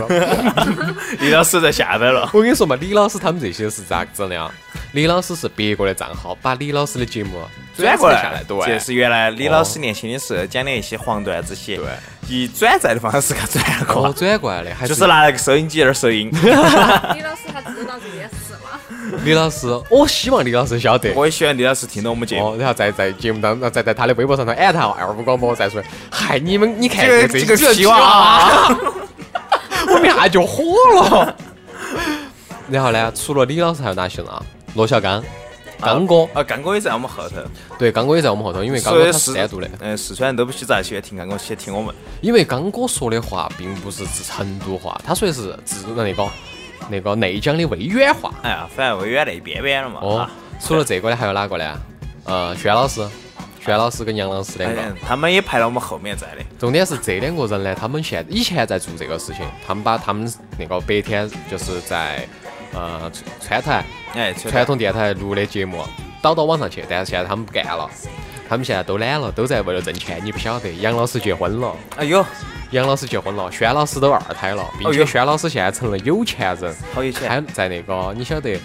[SPEAKER 1] 李老师在下边了。
[SPEAKER 3] 我跟你说嘛，李老师他们这些是咋个整的啊？李老师是别个的账号，把李老师的节目
[SPEAKER 1] 转过
[SPEAKER 3] 下来，
[SPEAKER 1] 来，
[SPEAKER 3] 对，哦
[SPEAKER 1] 这是原来李老师年轻的时候讲的一些黄段子些，对，以转载的方式给他转过
[SPEAKER 3] 哦
[SPEAKER 1] 来，
[SPEAKER 3] 转过来的，还
[SPEAKER 1] 就是拿了个收音机那儿收音。
[SPEAKER 4] 李老师他知道这件事吗？
[SPEAKER 3] 李老师，我希望李老师晓得。
[SPEAKER 1] 我也希望李老师听到我们节目。
[SPEAKER 3] 哦，然后再在节目当，再在他的微博上头艾特二五广播，再说，嗨，你们你看
[SPEAKER 1] 这个
[SPEAKER 3] 这
[SPEAKER 1] 这个啊
[SPEAKER 3] 这
[SPEAKER 1] 屁娃娃，
[SPEAKER 3] 啊我们一下就火了。 然后呢，除了李老师还有哪些人啊？罗小刚， 刚哥，
[SPEAKER 1] 啊，刚哥也在我们后头，
[SPEAKER 3] 对，刚哥也在我们后头，因为刚
[SPEAKER 1] 所
[SPEAKER 3] 哥
[SPEAKER 1] 以
[SPEAKER 3] 他是
[SPEAKER 1] 四
[SPEAKER 3] 单独的，
[SPEAKER 1] 嗯，四川人都不喜咋喜欢听刚哥，喜欢听我们。
[SPEAKER 3] 因为刚哥说的话并不是指成都话，他说的是指那个那个内江的渭远话。
[SPEAKER 1] 哎呀，反正微远那边边了嘛。
[SPEAKER 3] 哦
[SPEAKER 1] 啊，
[SPEAKER 3] 除了这个呢，还有哪个呢？呃，轩老师，轩老师跟杨老师两个。
[SPEAKER 1] 哎他们也排到我们后面在的。
[SPEAKER 3] 重点是这两个人呢，他们现以前在做这个事情，他们把他们那个白天就是在呃川台
[SPEAKER 1] 哎，
[SPEAKER 3] 传统电台录的节目导到网上去，但是现在他们不干了，他们现在都懒了，都在为了挣钱。你不晓得，杨老师结婚了，
[SPEAKER 1] 哎呦，
[SPEAKER 3] 杨老师结婚了，轩老师都二胎了，并
[SPEAKER 1] 哎
[SPEAKER 3] 且
[SPEAKER 1] 呦
[SPEAKER 3] 轩老师现在成了有钱人，
[SPEAKER 1] 好有钱
[SPEAKER 3] 还在那个你晓得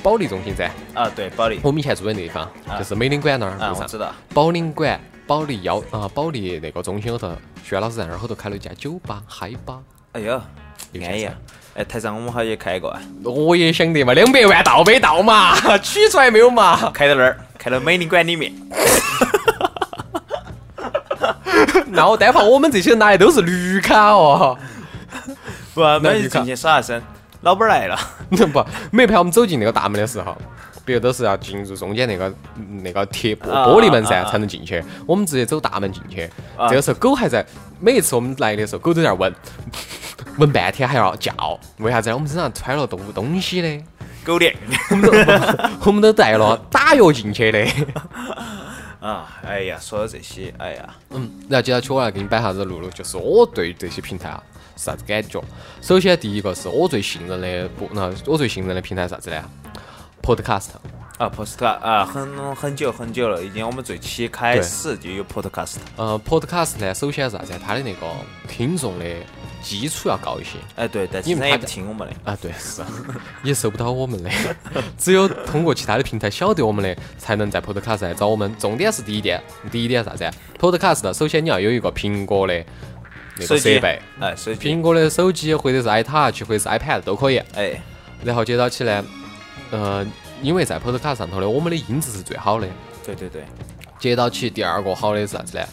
[SPEAKER 3] 保利中心噻，
[SPEAKER 1] 啊！对，保利
[SPEAKER 3] 我们以前住的那地方
[SPEAKER 1] 啊
[SPEAKER 3] 就是美领馆那儿
[SPEAKER 1] 啊，
[SPEAKER 3] 路
[SPEAKER 1] 我
[SPEAKER 3] 上
[SPEAKER 1] 知。道。
[SPEAKER 3] 保龄馆、保利幺啊、保利那个中心后头，薛老师在那儿后头开了一家酒吧，嗨吧。
[SPEAKER 1] 哎呦，
[SPEAKER 3] 有钱
[SPEAKER 1] 安逸啊！哎，台上我们好像也开过啊，
[SPEAKER 3] 我也想得嘛，两百万到没到嘛？取出来没有嘛？
[SPEAKER 1] 开到那儿，开到美领馆里面。
[SPEAKER 3] 那我单怕我们这些人拿的都是绿卡哦。
[SPEAKER 1] 不，每
[SPEAKER 3] 你
[SPEAKER 1] 次
[SPEAKER 3] 看
[SPEAKER 1] 进去耍一声，老板来了。
[SPEAKER 3] 不，每盘我们走进那个大门的时候，比如都是要进入中间那个嗯那个铁玻
[SPEAKER 1] 啊
[SPEAKER 3] 玻璃门噻，
[SPEAKER 1] 啊啊
[SPEAKER 3] 才能进去。我们直接走大门进去。
[SPEAKER 1] 啊
[SPEAKER 3] 这个时候狗还在，每一次我们来的时候，狗都在那儿 闻，闻半天还要叫，为啥子呢？我们身上揣了东东西的。
[SPEAKER 1] 狗粮
[SPEAKER 3] 我们都带了打药进去的。
[SPEAKER 1] 啊！哎呀，说到这些，哎呀，
[SPEAKER 3] 嗯，然后接下去我来给你摆下子路路，就是我对这些平台啊是啥子感觉。首先第一个是我最信任的播，那我最信任的平台是啥子呢？Podcast。
[SPEAKER 1] 啊，Podcast 啊，很很久很久了，已经我们最起开始就有 Podcast。
[SPEAKER 3] 呃，Podcast 呢，首先是啥子呢？它的那个听众的基础要高一些。
[SPEAKER 1] 哎，对，但
[SPEAKER 3] 你
[SPEAKER 1] 是
[SPEAKER 3] 们
[SPEAKER 1] 人也
[SPEAKER 3] 怕
[SPEAKER 1] 不听我们的。
[SPEAKER 3] 啊， 对，是，也收不到我们的， 只有通过其他的平台晓得我们的，才能在 Podcast 来找我们。重点是第一点，第一点是啥子呢？Podcast 呢首先你要有一个苹果的那个
[SPEAKER 1] 手
[SPEAKER 3] 设
[SPEAKER 1] 机
[SPEAKER 3] 备，，
[SPEAKER 1] 哎，手机，
[SPEAKER 3] 苹果的手机或者是 iTouch 或者是 iPad 都可以。
[SPEAKER 1] 哎，
[SPEAKER 3] 然后接到起来，呃，因为在 Podcast 上头的，我们的音质是最好的。
[SPEAKER 1] 对对对，
[SPEAKER 3] 接到起第二个好的是啥子呢？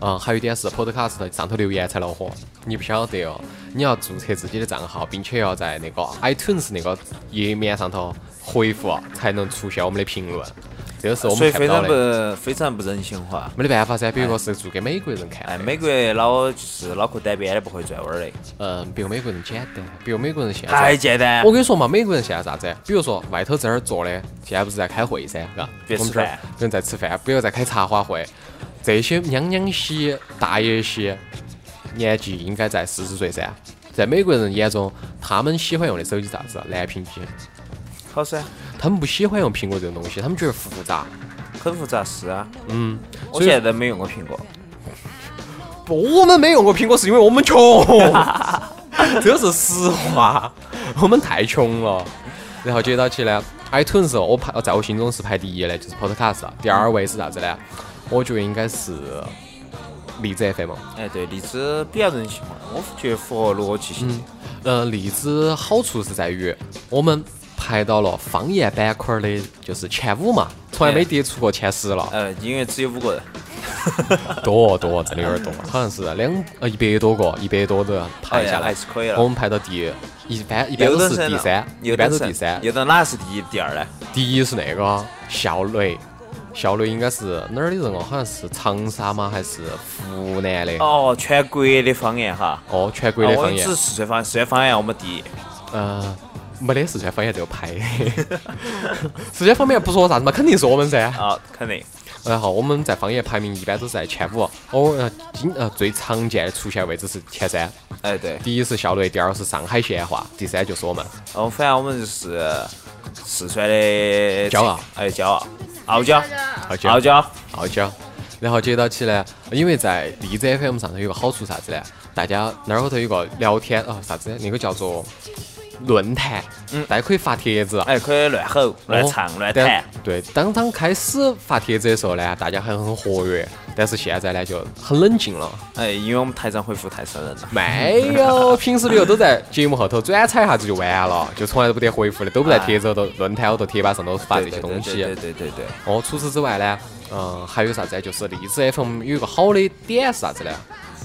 [SPEAKER 3] 嗯，还有一点是 Podcast 上头留言才恼火，你不晓得哦。你要注册自己的账号，并且要在那个 iTunes 那个页面上头回复，才能出现我们的评论。这个是我
[SPEAKER 1] 所
[SPEAKER 3] 们
[SPEAKER 1] 以
[SPEAKER 3] 看不
[SPEAKER 1] 非
[SPEAKER 3] 到
[SPEAKER 1] 常
[SPEAKER 3] 的，
[SPEAKER 1] 不非常不人性化。
[SPEAKER 3] 没得办法噻。比如说是做给美国人看的，
[SPEAKER 1] 哎，美国老就是脑壳单边的，不会转弯儿的，哎
[SPEAKER 3] 嗯，比如美国人简单，比如美国人现在
[SPEAKER 1] 太简单
[SPEAKER 3] 哎我。跟你说嘛，美国人现在啥子？比如说外头在那儿坐的，现在不是在开会噻，嘎，
[SPEAKER 1] 别
[SPEAKER 3] 我们
[SPEAKER 1] 吃
[SPEAKER 3] 这儿
[SPEAKER 1] 饭
[SPEAKER 3] 有人在吃饭，比如在开茶话会，这些娘娘些、大爷些，年纪应该在四十岁噻。在美国人眼中，他们喜欢用的手机是啥子？蓝屏机。
[SPEAKER 1] 好噻，
[SPEAKER 3] 他们不喜欢用苹果这种东西，他们觉得复杂。
[SPEAKER 1] 很复杂是啊。
[SPEAKER 3] 嗯，
[SPEAKER 1] 我
[SPEAKER 3] 所以
[SPEAKER 1] 现在都没用过苹果。
[SPEAKER 3] 我们没用过苹果，是因为我们穷，这是实话，我们太穷了。然后接到起呢，iTunes 哦我排在我心中是排第一的，就是 Podcast，第啊二位是啥子呢？我觉得应该是荔枝 FM。
[SPEAKER 1] 哎，对，荔枝比较人性化，我觉得符合逻辑性。
[SPEAKER 3] 呃，荔枝好处是在于我们排到了方言板块儿的，就是前五嘛，从来没
[SPEAKER 1] 哎
[SPEAKER 3] 跌出过前十了。
[SPEAKER 1] 呃，因为只有五个人，
[SPEAKER 3] 多多，真的有点多，好像是两呃一百多个，一百多的排
[SPEAKER 1] 哎
[SPEAKER 3] 下
[SPEAKER 1] 哎呀
[SPEAKER 3] 来，
[SPEAKER 1] 还是可以了
[SPEAKER 3] 我们排到第一般一般都是第三，一
[SPEAKER 1] 有
[SPEAKER 3] 般
[SPEAKER 1] 的
[SPEAKER 3] 都是第三，
[SPEAKER 1] 有的哪是第一、第二呢？
[SPEAKER 3] 第一是那个笑雷，笑雷应该是哪儿的人哦？好像是长沙吗？还是湖南的？
[SPEAKER 1] 哦，全国的方言哈，
[SPEAKER 3] 哦，全国的
[SPEAKER 1] 啊我
[SPEAKER 3] 方
[SPEAKER 1] 们
[SPEAKER 3] 言
[SPEAKER 1] 只，是四川方四川方言，我们第一。
[SPEAKER 3] 呃，没得四川方言这个排， 四川方面不说啥子嘛，肯定是我们噻。
[SPEAKER 1] 啊，肯定。
[SPEAKER 3] 然后我们在方言排名一般都是在前五，偶尔经呃最常见的出现位置是前三。
[SPEAKER 1] 哎，对，
[SPEAKER 3] 第一是校内，第二是上海县话，第三就是我们。
[SPEAKER 1] 哦，反正我们就是四川的
[SPEAKER 3] 骄傲，
[SPEAKER 1] 哎，骄傲，傲娇，
[SPEAKER 3] 傲娇
[SPEAKER 1] 傲娇，
[SPEAKER 3] 傲娇。然后接到起呢，因为在荔枝 FM 上头有个好处啥子呢？大家那儿后头有个聊天啊、啥子那个叫做论坛，大家可以发帖子。
[SPEAKER 1] 哎，可以乱吼、乱唱、乱
[SPEAKER 3] 但
[SPEAKER 1] 弹。
[SPEAKER 3] 哦对，当当开始发帖子的时候呢，大家还很活跃，但是现在呢就很冷静了。
[SPEAKER 1] 哎，因为我们台长回复太伤人了。
[SPEAKER 3] 没有，平时旅游都在节目后头转采一下子就完了，就从来都不得回复的，都不在帖子后头、论坛后头、贴吧上头发这些东西。
[SPEAKER 1] 对对对对对对
[SPEAKER 3] 哦，除此之外呢，嗯，还有啥子呢？就是荔枝 FM 有一个好的点是啥子呢？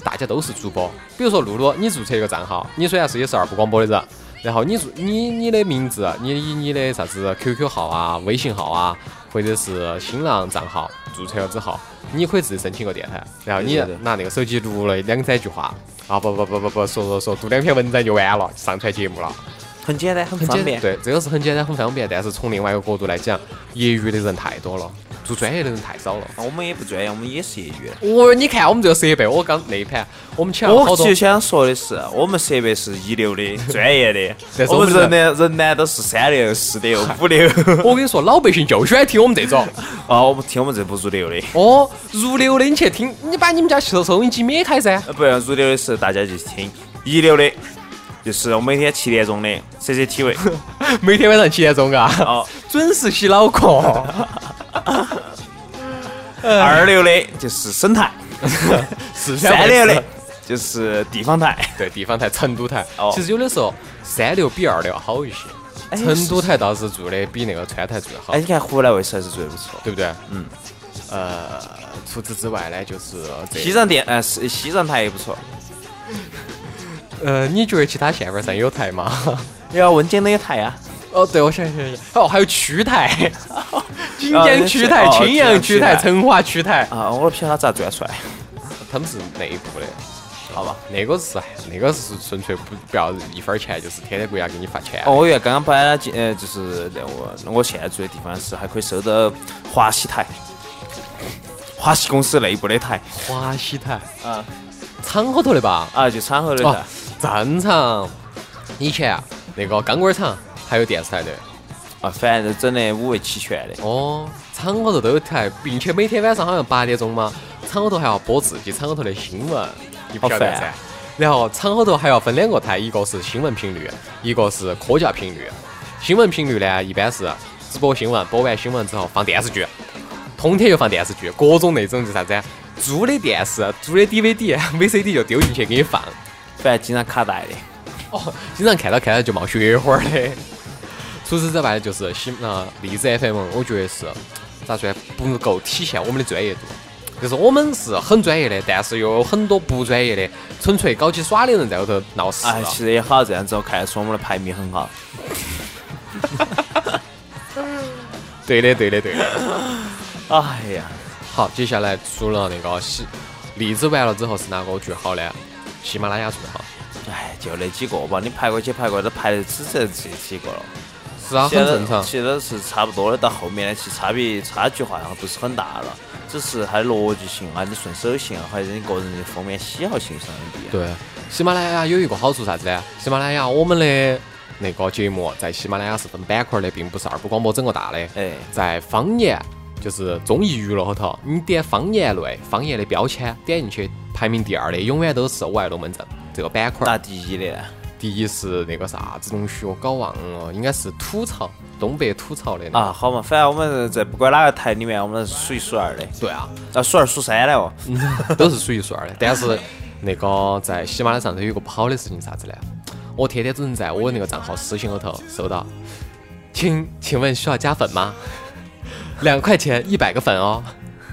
[SPEAKER 3] 大家都是主播，比如说露露，你注册一个账号，你虽然是也是二部广播的人，然后你注你你的名字，你以你的啥子 QQ 号啊、微信号啊，或者是新浪账号注册了之后，你可以自己申请个电台，然后你
[SPEAKER 1] 对对对
[SPEAKER 3] 拿那个手机录了两三句话，啊不不不不不，说说说，读两篇文章就完了，上传节目了。
[SPEAKER 1] 很简单，很
[SPEAKER 3] 很
[SPEAKER 1] 方
[SPEAKER 3] 简
[SPEAKER 1] 便。
[SPEAKER 3] 对，这个是很简单很方便，但是从另外一个角度来讲，业余的人太多了，做专业的人太少了。
[SPEAKER 1] 啊，我们也不专业，我们也是业余的。
[SPEAKER 3] 我你看我们这个设备，我刚那一盘我们请了好
[SPEAKER 1] 我
[SPEAKER 3] 多
[SPEAKER 1] 其实，想说的是，我们设备是一流的，专业的
[SPEAKER 3] 但。是
[SPEAKER 1] 我
[SPEAKER 3] 我
[SPEAKER 1] 们
[SPEAKER 3] 们
[SPEAKER 1] 人呢，人呢都是三流、四流、五 流。
[SPEAKER 3] 我跟你说，老百姓就喜欢听我们这种。
[SPEAKER 1] 啊，我们听我们这不入流的。
[SPEAKER 3] 哦，入流的你去听，你把你们家收收音机免开噻。
[SPEAKER 1] 呃，不要入流的是大家去听，一流的，就是我每天七点钟的 CCTV。
[SPEAKER 3] 每天晚上七点钟啊，
[SPEAKER 1] 哦，
[SPEAKER 3] 准时洗 脑壳。
[SPEAKER 1] 二流的就是省 台，
[SPEAKER 3] 四川
[SPEAKER 1] 三
[SPEAKER 3] 卫
[SPEAKER 1] 流
[SPEAKER 3] 视
[SPEAKER 1] 的就是地方台。
[SPEAKER 3] 对地方台成都台
[SPEAKER 1] 哦，哎
[SPEAKER 3] 其实有的时候三流比二流要好一些。成都台倒是做的比那个川台做的好
[SPEAKER 1] 哎，。你看湖南卫视还是做的不错。
[SPEAKER 3] 对不对？嗯。呃，除此之外呢，就是这
[SPEAKER 1] 西藏电，呃，是西藏台也不错。
[SPEAKER 3] 呃，你觉得其他县份上有台吗？
[SPEAKER 1] 要温江的有台啊呀。
[SPEAKER 3] 哦，对，我想想想，哦，还有区 台，锦
[SPEAKER 1] 哦那
[SPEAKER 3] 江区台、
[SPEAKER 1] 是哦
[SPEAKER 3] 青阳
[SPEAKER 1] 区
[SPEAKER 3] 区
[SPEAKER 1] 台
[SPEAKER 3] 台、成华区台，
[SPEAKER 1] 啊，我都不晓得他咋转出来。
[SPEAKER 3] 他们是内部的。
[SPEAKER 1] 好吧。
[SPEAKER 3] 那个是，那个是纯粹不不要一分儿钱，就是天天国家给你发钱。
[SPEAKER 1] 哦，，我原来刚刚本来进呃，就是在我我现在住的地方是还可以收到华西台，华西公司内部的台
[SPEAKER 3] 华西台，
[SPEAKER 1] 啊
[SPEAKER 3] 厂后头的吧？
[SPEAKER 1] 啊，就厂后的
[SPEAKER 3] 哦
[SPEAKER 1] 台。，
[SPEAKER 3] 正常。以前啊，那个钢管厂还有电视台的，
[SPEAKER 1] 啊，反正整的五味齐全的。
[SPEAKER 3] 哦，厂后头都有台，并且每天晚上好像八点钟嘛，厂后头还要播自己厂后头的新闻，你不晓得
[SPEAKER 1] 好烦
[SPEAKER 3] 噻
[SPEAKER 1] 啊。
[SPEAKER 3] 然后厂后头还要分两个台，一个是新闻频率，一个是科教频率。新闻频率呢，一般是直播新闻，播完新闻之后放电视剧，通天就放电视剧，各种那种就啥子啊租的电视、租的 DVD、VCD 就丢进去给你放。
[SPEAKER 1] 反正经常卡带的。
[SPEAKER 3] 哦，经常看到看到就冒血花儿的。除此之外，就是喜啊荔枝 FM，我觉得是呃咋说呢，不够体现我们的专业度。就是我们是很专业的，但是又有很多不专业的，纯粹搞起耍的人在后头闹事啊
[SPEAKER 1] 哎，
[SPEAKER 3] 了。
[SPEAKER 1] 其实也好，这样子我看得出我们的排名很好。
[SPEAKER 3] 对的，对的，对的。
[SPEAKER 1] 哎呀，
[SPEAKER 3] 好，接下来除了那个喜荔枝完了之后是哪个我觉得好呢？喜马拉雅做的好，
[SPEAKER 1] 哎，就那几个吧，你排过去排过去都排的只剩这几个了。
[SPEAKER 3] 是啊，
[SPEAKER 1] 其
[SPEAKER 3] 很
[SPEAKER 1] 实
[SPEAKER 3] 正常。
[SPEAKER 1] 其实是差不多的，到后面呢，其实差别差距好像不是很大了，只是它的逻辑性啊、你顺手性啊，还有你个人的方面喜好性上的不一样。
[SPEAKER 3] 对，喜马拉雅有一个好处啥子呢？喜马拉雅我们的那个节目在喜马拉雅是分板块的，并不是二部广播整个大的。
[SPEAKER 1] 哎
[SPEAKER 3] 在方言就是综艺娱乐后头，你点方言类、方言的标签点进去，排名第二的永远都是我爱龙门阵这个板块
[SPEAKER 1] 那
[SPEAKER 3] 儿。
[SPEAKER 1] 第一的呢，
[SPEAKER 3] 第一是那个啥子东西，我搞忘了，应该是吐槽东北吐槽的那个。
[SPEAKER 1] 啊，好嘛，反正我们在不管哪个台里面，我们是数一数二的，
[SPEAKER 3] 对啊，
[SPEAKER 1] 啊，数二数三的哦。
[SPEAKER 3] 都是数一数二的。但是那个在喜马拉雅上头有个不好的事情是啥子呢？我天天只能在我那个账号私信后头收到，请请问需要加粉吗？两块钱一百个粉哦，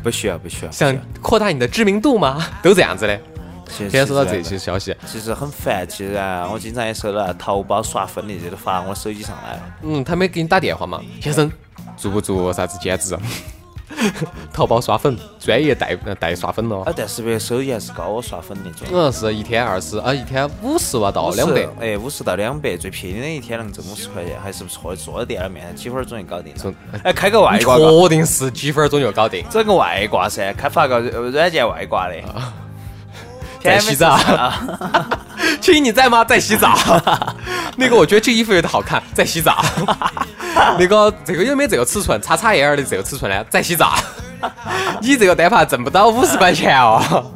[SPEAKER 1] 不需要，不需要。
[SPEAKER 3] 想扩大你的知名度吗？都这样子的。
[SPEAKER 1] 先
[SPEAKER 3] 天天收到这些消息，
[SPEAKER 1] 其实很烦，其实啊，我经常也收到淘宝刷分的，这都发我手机上来了。
[SPEAKER 3] 嗯，他没给你打电话吗？先生，做不做啥子啊兼职？ 淘宝刷粉，专业代呃代刷粉哦
[SPEAKER 1] 啊。，但是别收益还是高，我刷粉那种。
[SPEAKER 3] 嗯，是一天二十啊，一天五十万到
[SPEAKER 1] 五十
[SPEAKER 3] 哦两百，
[SPEAKER 1] 哎，五十到两百，最便宜的一天能挣五十块钱，还是不错的。坐在店里面几分儿钟就搞定了
[SPEAKER 3] 中。
[SPEAKER 1] 哎，开个外挂吧，
[SPEAKER 3] 确定是几分钟就搞定。
[SPEAKER 1] 整个外挂噻，开发个呃软件外挂的。
[SPEAKER 3] 啊在洗澡
[SPEAKER 1] 啊，
[SPEAKER 3] 亲，你在吗？在洗澡。 那个，我觉得这衣服有点好看，在洗澡。 那个，这个有没有这个尺寸？叉叉 L 的这个尺寸呢？在洗澡。 你这个单怕挣不到五十块钱哦。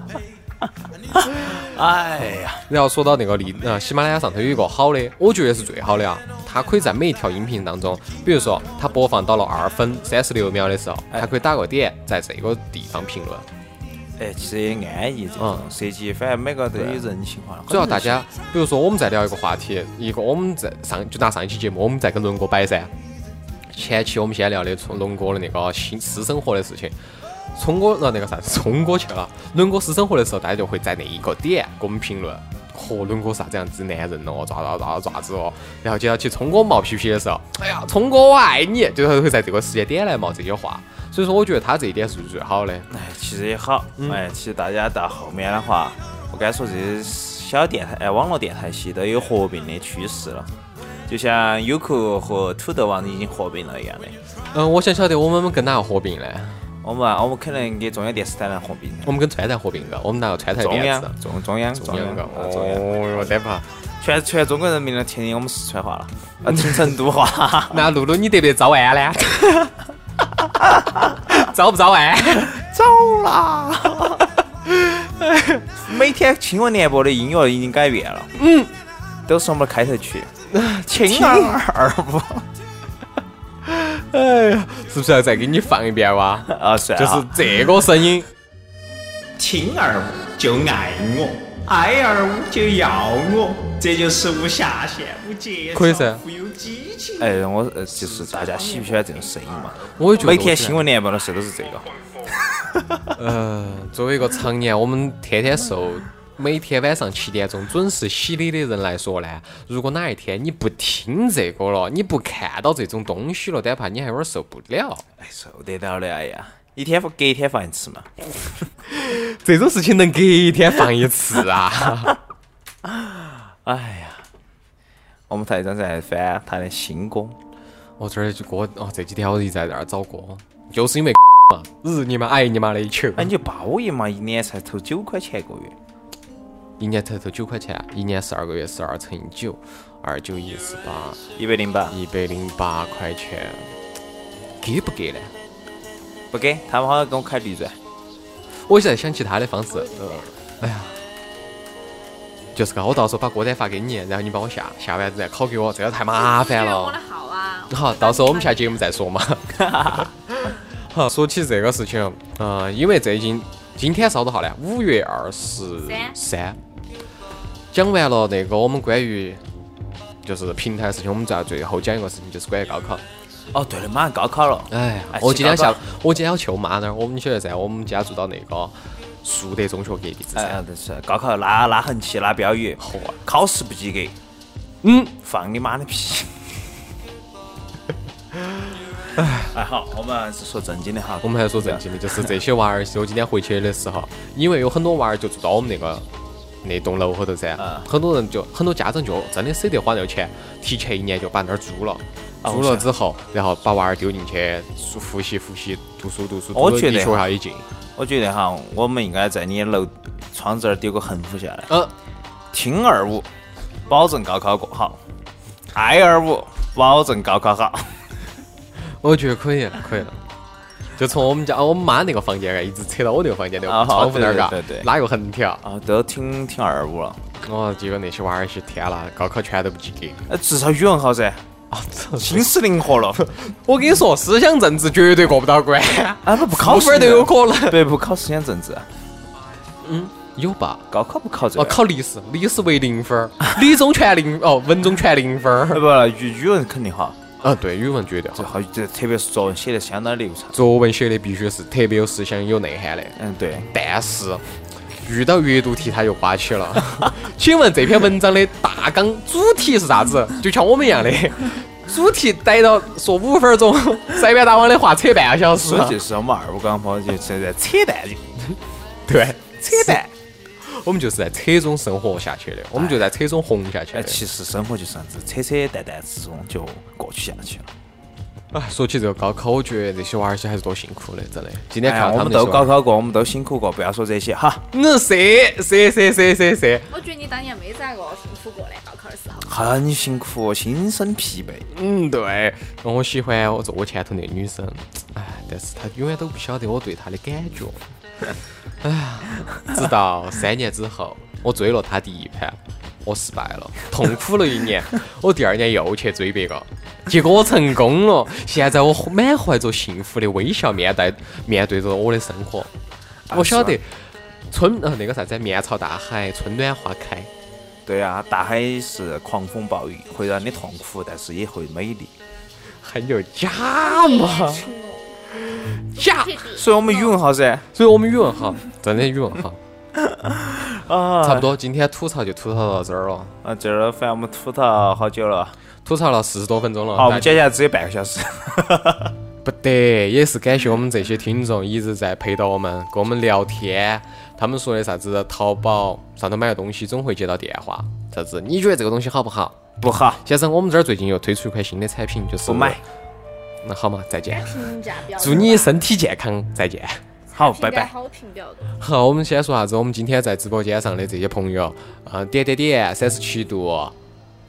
[SPEAKER 1] 哎呀，哎
[SPEAKER 3] 然后说到那个荔呃喜马拉雅上头有一个好的，我觉得是最好的啊，它可以在每一条音频当中，比如说它播放到了二分三十六秒的时候，
[SPEAKER 1] 哎
[SPEAKER 3] 它可以打个点，在这个地方评论。
[SPEAKER 1] 哎，其实也安逸这种
[SPEAKER 3] 嗯啊
[SPEAKER 1] 设计，反正每个都有人性化。
[SPEAKER 3] 主要大家，比如说我们在聊一个话题，一个我们在上就拿上一期节目，我们在跟龙哥摆噻。前期我们先聊的从龙哥的那个新私生活的事情，聪哥呃那个啥聪哥去了，伦哥私生活的时候，大家就会在那一个点给我们评论。嚯，伦哥啥子样子男人哦，咋咋咋咋子哦，然后接到起聪哥冒皮皮的时候，哎呀，聪哥我爱你，就是会在这个时间点来冒这些话，所以说我觉得他这一点是最好的。
[SPEAKER 1] 哎，其实也好。
[SPEAKER 3] 嗯
[SPEAKER 1] 哎，其实大家到后面的话，我敢说这些小电台哎，网络电台系都有合并的趋势了。就像优酷和土豆网已经合并了一样的，
[SPEAKER 3] 嗯，我想晓得我们跟哪个合并呢？
[SPEAKER 1] 我们啊我们可能给中央电视台来合并，
[SPEAKER 3] 我们跟川台合并个，我们拿个川台
[SPEAKER 1] 中
[SPEAKER 3] 电
[SPEAKER 1] 央
[SPEAKER 3] 子。
[SPEAKER 1] 中中央
[SPEAKER 3] 中央
[SPEAKER 1] 央
[SPEAKER 3] 个，
[SPEAKER 1] 啊中央，
[SPEAKER 3] 哦哟，得怕。
[SPEAKER 1] 全全中国人民的听我们四川话了，啊听成都 话，
[SPEAKER 3] 那露露，你得不得招安 呢？招啊不招安？
[SPEAKER 1] 走啦！每天新闻联播的音乐已经改变了，嗯，都是我们的开头 曲，青儿不
[SPEAKER 3] 哎呀， 是不是要再给你放一遍哇？
[SPEAKER 1] 啊算
[SPEAKER 3] 就
[SPEAKER 1] 了，
[SPEAKER 3] 是这个声音，
[SPEAKER 5] 听二五就爱我，爱二五就要我，这就是无下限、无节
[SPEAKER 3] 可以噻
[SPEAKER 5] 富有激情。
[SPEAKER 1] 哎，我呃就是大家喜不喜欢这种声音嘛？
[SPEAKER 3] 我也觉得
[SPEAKER 1] 每天
[SPEAKER 3] 我喜欢
[SPEAKER 1] 新闻联播的时候都是这个，
[SPEAKER 3] 呃，作为一个常年我们天天受每天晚上七点钟准时洗礼的人来说呢，如果哪一天你不听这个了，你不看到这种东西了，但怕你还有点受不了。
[SPEAKER 1] 哎受得了的，哎呀，一天放隔一天放一次嘛。
[SPEAKER 3] 这种事情能隔一天放一次 啊？
[SPEAKER 1] 哎呀，我们台长在翻他的新歌，
[SPEAKER 3] 我这儿就歌哦，这几天我一直在这儿找歌，就是因为嘛，日你妈爱你妈的一球，
[SPEAKER 1] 哎，你就报应嘛，一年才投九块钱一个月，
[SPEAKER 3] 一年才投九块钱，一年十二个月，十二乘以九，二九一四八，
[SPEAKER 1] 一百零八，
[SPEAKER 3] 一百零八块钱，给不给呢？
[SPEAKER 1] 不给他们好像给我开绿钻。
[SPEAKER 3] 我现在想其他的方式，呃，哎呀，就是个，我到时候把歌单发给你，然后你帮我下下完再拷给我，这个太麻烦
[SPEAKER 4] 这是我
[SPEAKER 3] 了
[SPEAKER 4] 的。号啊！
[SPEAKER 3] 好，到时候我们下节目再说嘛。好，说起这个事情，嗯、因为这已经今天是好多号呢？五月二十三。讲完了那个我们关于就是平台的事情，我们在最后讲一个事情，就是关于高考。
[SPEAKER 1] 哦，对了，马上高考了，
[SPEAKER 3] 哎
[SPEAKER 1] 哎，
[SPEAKER 3] 我今天
[SPEAKER 1] 去高
[SPEAKER 3] 下
[SPEAKER 1] 考，
[SPEAKER 3] 我今天要去我妈那儿，我们你晓得噻，我们家住到那个树德中学隔壁子
[SPEAKER 1] 哎
[SPEAKER 3] 噻
[SPEAKER 1] 哎，。对是高考拉拉横旗，拉标语，
[SPEAKER 3] 嚯
[SPEAKER 1] 考试不及格，
[SPEAKER 3] 啊嗯，
[SPEAKER 1] 放你妈的 屁！哎，好，我们还是说正经的哈，
[SPEAKER 3] 我们还说正经的，就是这些娃儿，我今天回去的时候，因为有很多娃儿就住到我们那个那栋楼后头噻
[SPEAKER 1] 嗯，
[SPEAKER 3] 很多人就很多家长就真的舍得花那个钱，提前一年就把那儿租了。
[SPEAKER 1] 啊我
[SPEAKER 3] 租了
[SPEAKER 1] 晓得
[SPEAKER 3] 之后，然后把娃儿丢进去复复习复习，读书读书，
[SPEAKER 1] 我
[SPEAKER 3] 读得
[SPEAKER 1] 觉
[SPEAKER 3] 离
[SPEAKER 1] 得啊
[SPEAKER 3] 学校一近。
[SPEAKER 1] 我觉得哈，我们应该在你楼窗子儿丢个横幅下来，
[SPEAKER 3] 嗯，
[SPEAKER 1] 听二五，保证高考过好；爱二五，保证高考好。
[SPEAKER 3] 我觉得可以了，可以了。就从我们家我妈那个房间啊，一直扯到我那个房间的
[SPEAKER 1] 啊好
[SPEAKER 3] 窗户那儿，嘎
[SPEAKER 1] 对对对对
[SPEAKER 3] 拉一个横条。
[SPEAKER 1] 啊，都听听二五了，
[SPEAKER 3] 哦，结果那些娃儿些天啦，高考全都不及格。
[SPEAKER 1] 呃，至少语文好噻，
[SPEAKER 3] 啊，
[SPEAKER 1] 心思灵活了。
[SPEAKER 3] 我跟你说，思想政治绝对过不到关，
[SPEAKER 1] 啊，不不考
[SPEAKER 3] 分
[SPEAKER 1] 试
[SPEAKER 3] 儿都有可能。
[SPEAKER 1] 对， 不考思想政治，
[SPEAKER 3] 有吧？
[SPEAKER 1] 高考不考这
[SPEAKER 3] 哦，
[SPEAKER 1] 个。
[SPEAKER 3] 考历史，历史为零分儿，理综全零哦，文综全零分
[SPEAKER 1] 呃
[SPEAKER 3] 儿。
[SPEAKER 1] 不，语语文肯定好，
[SPEAKER 3] 嗯，对，语文绝对
[SPEAKER 1] 这
[SPEAKER 3] 好。
[SPEAKER 1] 好，这特别是作文写得相当流畅。
[SPEAKER 3] 作文写的必须是特别有思想、有内涵的，
[SPEAKER 1] 嗯，对，
[SPEAKER 3] 但是遇到阅读题他就瓜起 了。请问这篇文章的大纲主题是啥子？就像我们一样的，主题逮到说五分钟，塞班大王的话扯半个小时
[SPEAKER 1] 所。以就是我们二五港朋友就现在扯淡，
[SPEAKER 3] 对，
[SPEAKER 1] 扯淡。
[SPEAKER 3] 我们就是在扯中生活下去的，我们就在扯中红下去
[SPEAKER 1] 哎，
[SPEAKER 3] 的。
[SPEAKER 1] 其实生活就是这样子，扯扯淡淡之中就过去下去了。
[SPEAKER 3] 哎，说起这个高考，我觉得这些娃儿些还是多辛苦的，真的。今天
[SPEAKER 1] 哎呀，
[SPEAKER 3] 看到
[SPEAKER 1] 我
[SPEAKER 3] 他
[SPEAKER 1] 们
[SPEAKER 3] 那
[SPEAKER 1] 都
[SPEAKER 3] 些娃儿
[SPEAKER 1] 高考过，我们都辛苦过，不要说这些哈。
[SPEAKER 3] 嗯，是是是是是是，
[SPEAKER 4] 我觉得你当年没咋个辛苦过嘞，高考的时候。
[SPEAKER 1] 很辛苦，哦心生疲惫。
[SPEAKER 3] 嗯，对。我喜欢我坐我前头那个女生，哎，但是她永远都不晓得我对她的感觉。 哎呀，直到三年之后，我追了她第一盘，我失败了，痛苦了一年。我第二年又去追别个，结果我成功了。现在我满怀着幸福的微笑面对面对着我的生活。我晓得春呃那个啥子面朝大海，春暖花开。
[SPEAKER 1] 对啊，大海是狂风暴雨，会让你痛苦，但是也会美丽。
[SPEAKER 3] 很有假嘛，假。
[SPEAKER 1] 所以我们语文好噻，
[SPEAKER 3] 所以我们语文 好，哎真的语文好。差不多，今天吐槽就吐槽到这儿了，
[SPEAKER 1] 啊，这儿反正我们吐槽好久了，
[SPEAKER 3] 吐槽了四十多分钟了。
[SPEAKER 1] 好，我们
[SPEAKER 3] 大
[SPEAKER 1] 接下来只有半个小时。
[SPEAKER 3] 不得，也是感谢我们这些听众一直在陪到我们，跟我们聊天。他们说的啥子淘宝上头买的东西总会接到电话，啥子你觉得这个东西好不好？
[SPEAKER 1] 不好，
[SPEAKER 3] 先生，我们这儿最近又推出一款新的产品，就是
[SPEAKER 1] 不买。
[SPEAKER 3] 那好嘛，再见，
[SPEAKER 4] 评价比较
[SPEAKER 3] 祝你身体健康，再见。
[SPEAKER 1] 好，拜拜。
[SPEAKER 4] 好评比较多。
[SPEAKER 3] 好，我们先说啥子？我们今天在直播间上的这些朋友，嗯、点点点三十七度，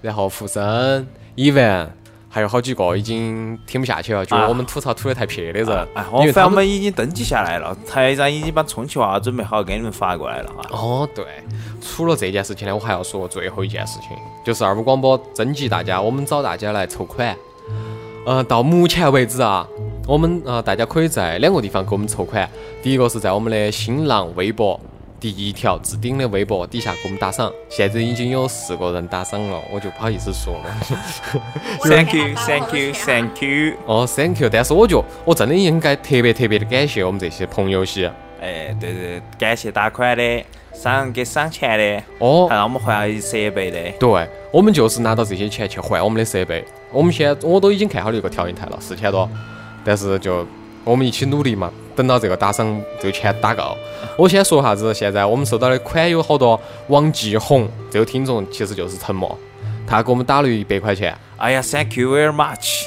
[SPEAKER 3] 然后浮生、even，还有好几个已经听不下去了，觉得
[SPEAKER 1] 啊
[SPEAKER 3] 我们吐槽吐得太撇的人，
[SPEAKER 1] 哎，我
[SPEAKER 3] 因为
[SPEAKER 1] 反正
[SPEAKER 3] 他
[SPEAKER 1] 我
[SPEAKER 3] 们
[SPEAKER 1] 们已经登记下来了，台长已经把充气娃娃准备好给你们发过来了哈。
[SPEAKER 3] 哦，对，除了这件事情呢，我还要说最后一件事情，就是二五广播征集大家，我们找大家来筹款。呃，到目前为止啊，我们呃大家可以在两个地方给我们筹款，第一个是在我们的新浪微博第一条置顶的微博底下给我们打赏，现在已经有四个人打赏了，我就不好意思说了。
[SPEAKER 1] Thank you，Thank you，Thank you。
[SPEAKER 3] 哦，thank you，但是我觉得我真的应该特别特别的感谢我们这些朋友些。
[SPEAKER 1] 哎，对对，感谢打款的，赏给赏钱的，
[SPEAKER 3] 哦
[SPEAKER 1] 还让我们换了设备的。
[SPEAKER 3] 对，我们就是拿到这些钱去换我们的设备。我们现在我都已经看好了一个调音台了，四千多，但是就我们一起努力嘛，等到这个打赏这个钱打够。我先说啥子，现在我们收到的款有好多，王继红这个听众其实就是沉默，他给我们打了一百块钱。
[SPEAKER 1] 哎呀，Thank you very much。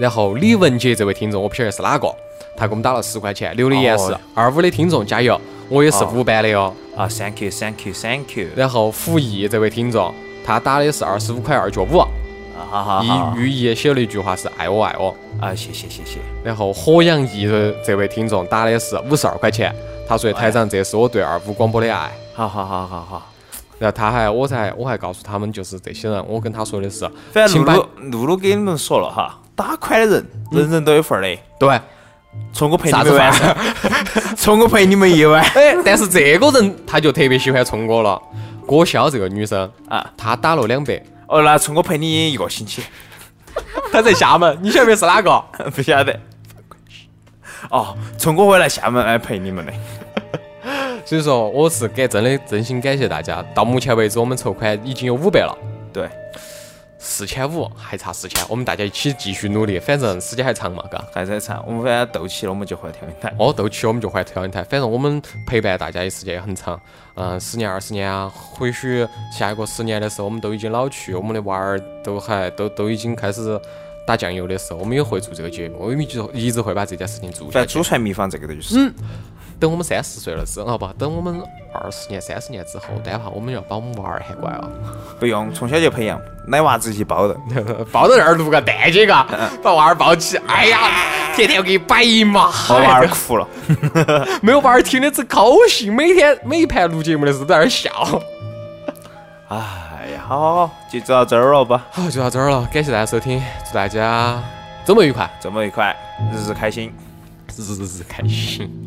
[SPEAKER 3] 然后李文杰这位听众，我不晓得是哪个，他给我们打了十块钱，留的言是
[SPEAKER 1] 哦
[SPEAKER 3] 二五的听众加油，我也是
[SPEAKER 1] 哦
[SPEAKER 3] 五班的哟。
[SPEAKER 1] 啊，Thank you，Thank you，Thank you。
[SPEAKER 3] 然后福毅这位听众，他打的是二十五块二角五。
[SPEAKER 1] 啊，好好好
[SPEAKER 3] 一。寓意写了一句话是爱我爱我。
[SPEAKER 1] 啊，谢谢谢谢。
[SPEAKER 3] 然后火阳翼的这位听众打的是五十二块钱，他说台长这是我对二五广播的爱。
[SPEAKER 1] 好好好好好。
[SPEAKER 3] 然后他还我才我还告诉他们就是这些人，我跟他说的是，
[SPEAKER 1] 反正
[SPEAKER 3] 请
[SPEAKER 1] 露
[SPEAKER 3] 把
[SPEAKER 1] 露露露给你们说了哈，打款的人人人都有份儿的。
[SPEAKER 3] 对。
[SPEAKER 1] 从我陪你
[SPEAKER 3] 啥子
[SPEAKER 1] 们
[SPEAKER 3] 饭
[SPEAKER 1] 玩， 从我陪你们 一晚。
[SPEAKER 3] 哎，但是这个人他就特别喜欢聪哥了，郭潇这个女生
[SPEAKER 1] 啊，
[SPEAKER 3] 她打了两百，
[SPEAKER 1] 哦，那从我陪你一个星期，
[SPEAKER 3] 她在厦门，你晓得是哪个？
[SPEAKER 1] 不晓得。哦，从我回来厦门来陪你们的。
[SPEAKER 3] 所以说我是感真的真心感谢大家，到目前为止我们筹款已经有五百了。
[SPEAKER 1] 对，
[SPEAKER 3] 四千五还差四千，我们大家一起继续努力，反正时间还长嘛，嘎。
[SPEAKER 1] 还在唱，我们反正斗气了，我们就换调音台。
[SPEAKER 3] 哦，斗气我们就换调音台，反正我们陪伴大家的时间也很长，嗯、十年二十年啊，或许下一个十年的时候，我们都已经老去，我们的娃儿都还都都已经开始打酱油的时候，我们也会做这个节目，我们一直一直会把这件事情做
[SPEAKER 1] 反
[SPEAKER 3] 下
[SPEAKER 1] 正
[SPEAKER 3] 去。
[SPEAKER 1] 祖传秘方这个东西就是，
[SPEAKER 3] 等我们三十岁了之后，哦不，等我们二十年、三十年之后，但怕我们要把我们娃儿 喊乖了，
[SPEAKER 1] 不用从小就培养，奶娃自己包的。
[SPEAKER 3] 抱到那儿录个蛋姐嘎，把娃儿抱起，哎呀，天天我给你摆一嘛，
[SPEAKER 1] 我 娃儿哭了，
[SPEAKER 3] 没有娃儿听的只高兴，每天每一盘录节目的时候都在那儿笑。
[SPEAKER 1] 哎呀，好好好，就到这儿了吧，
[SPEAKER 3] 好，啊就到这儿了，感谢大家收听，祝大家周末愉快，
[SPEAKER 1] 周末愉快，日日开心。
[SPEAKER 3] 日日日开心。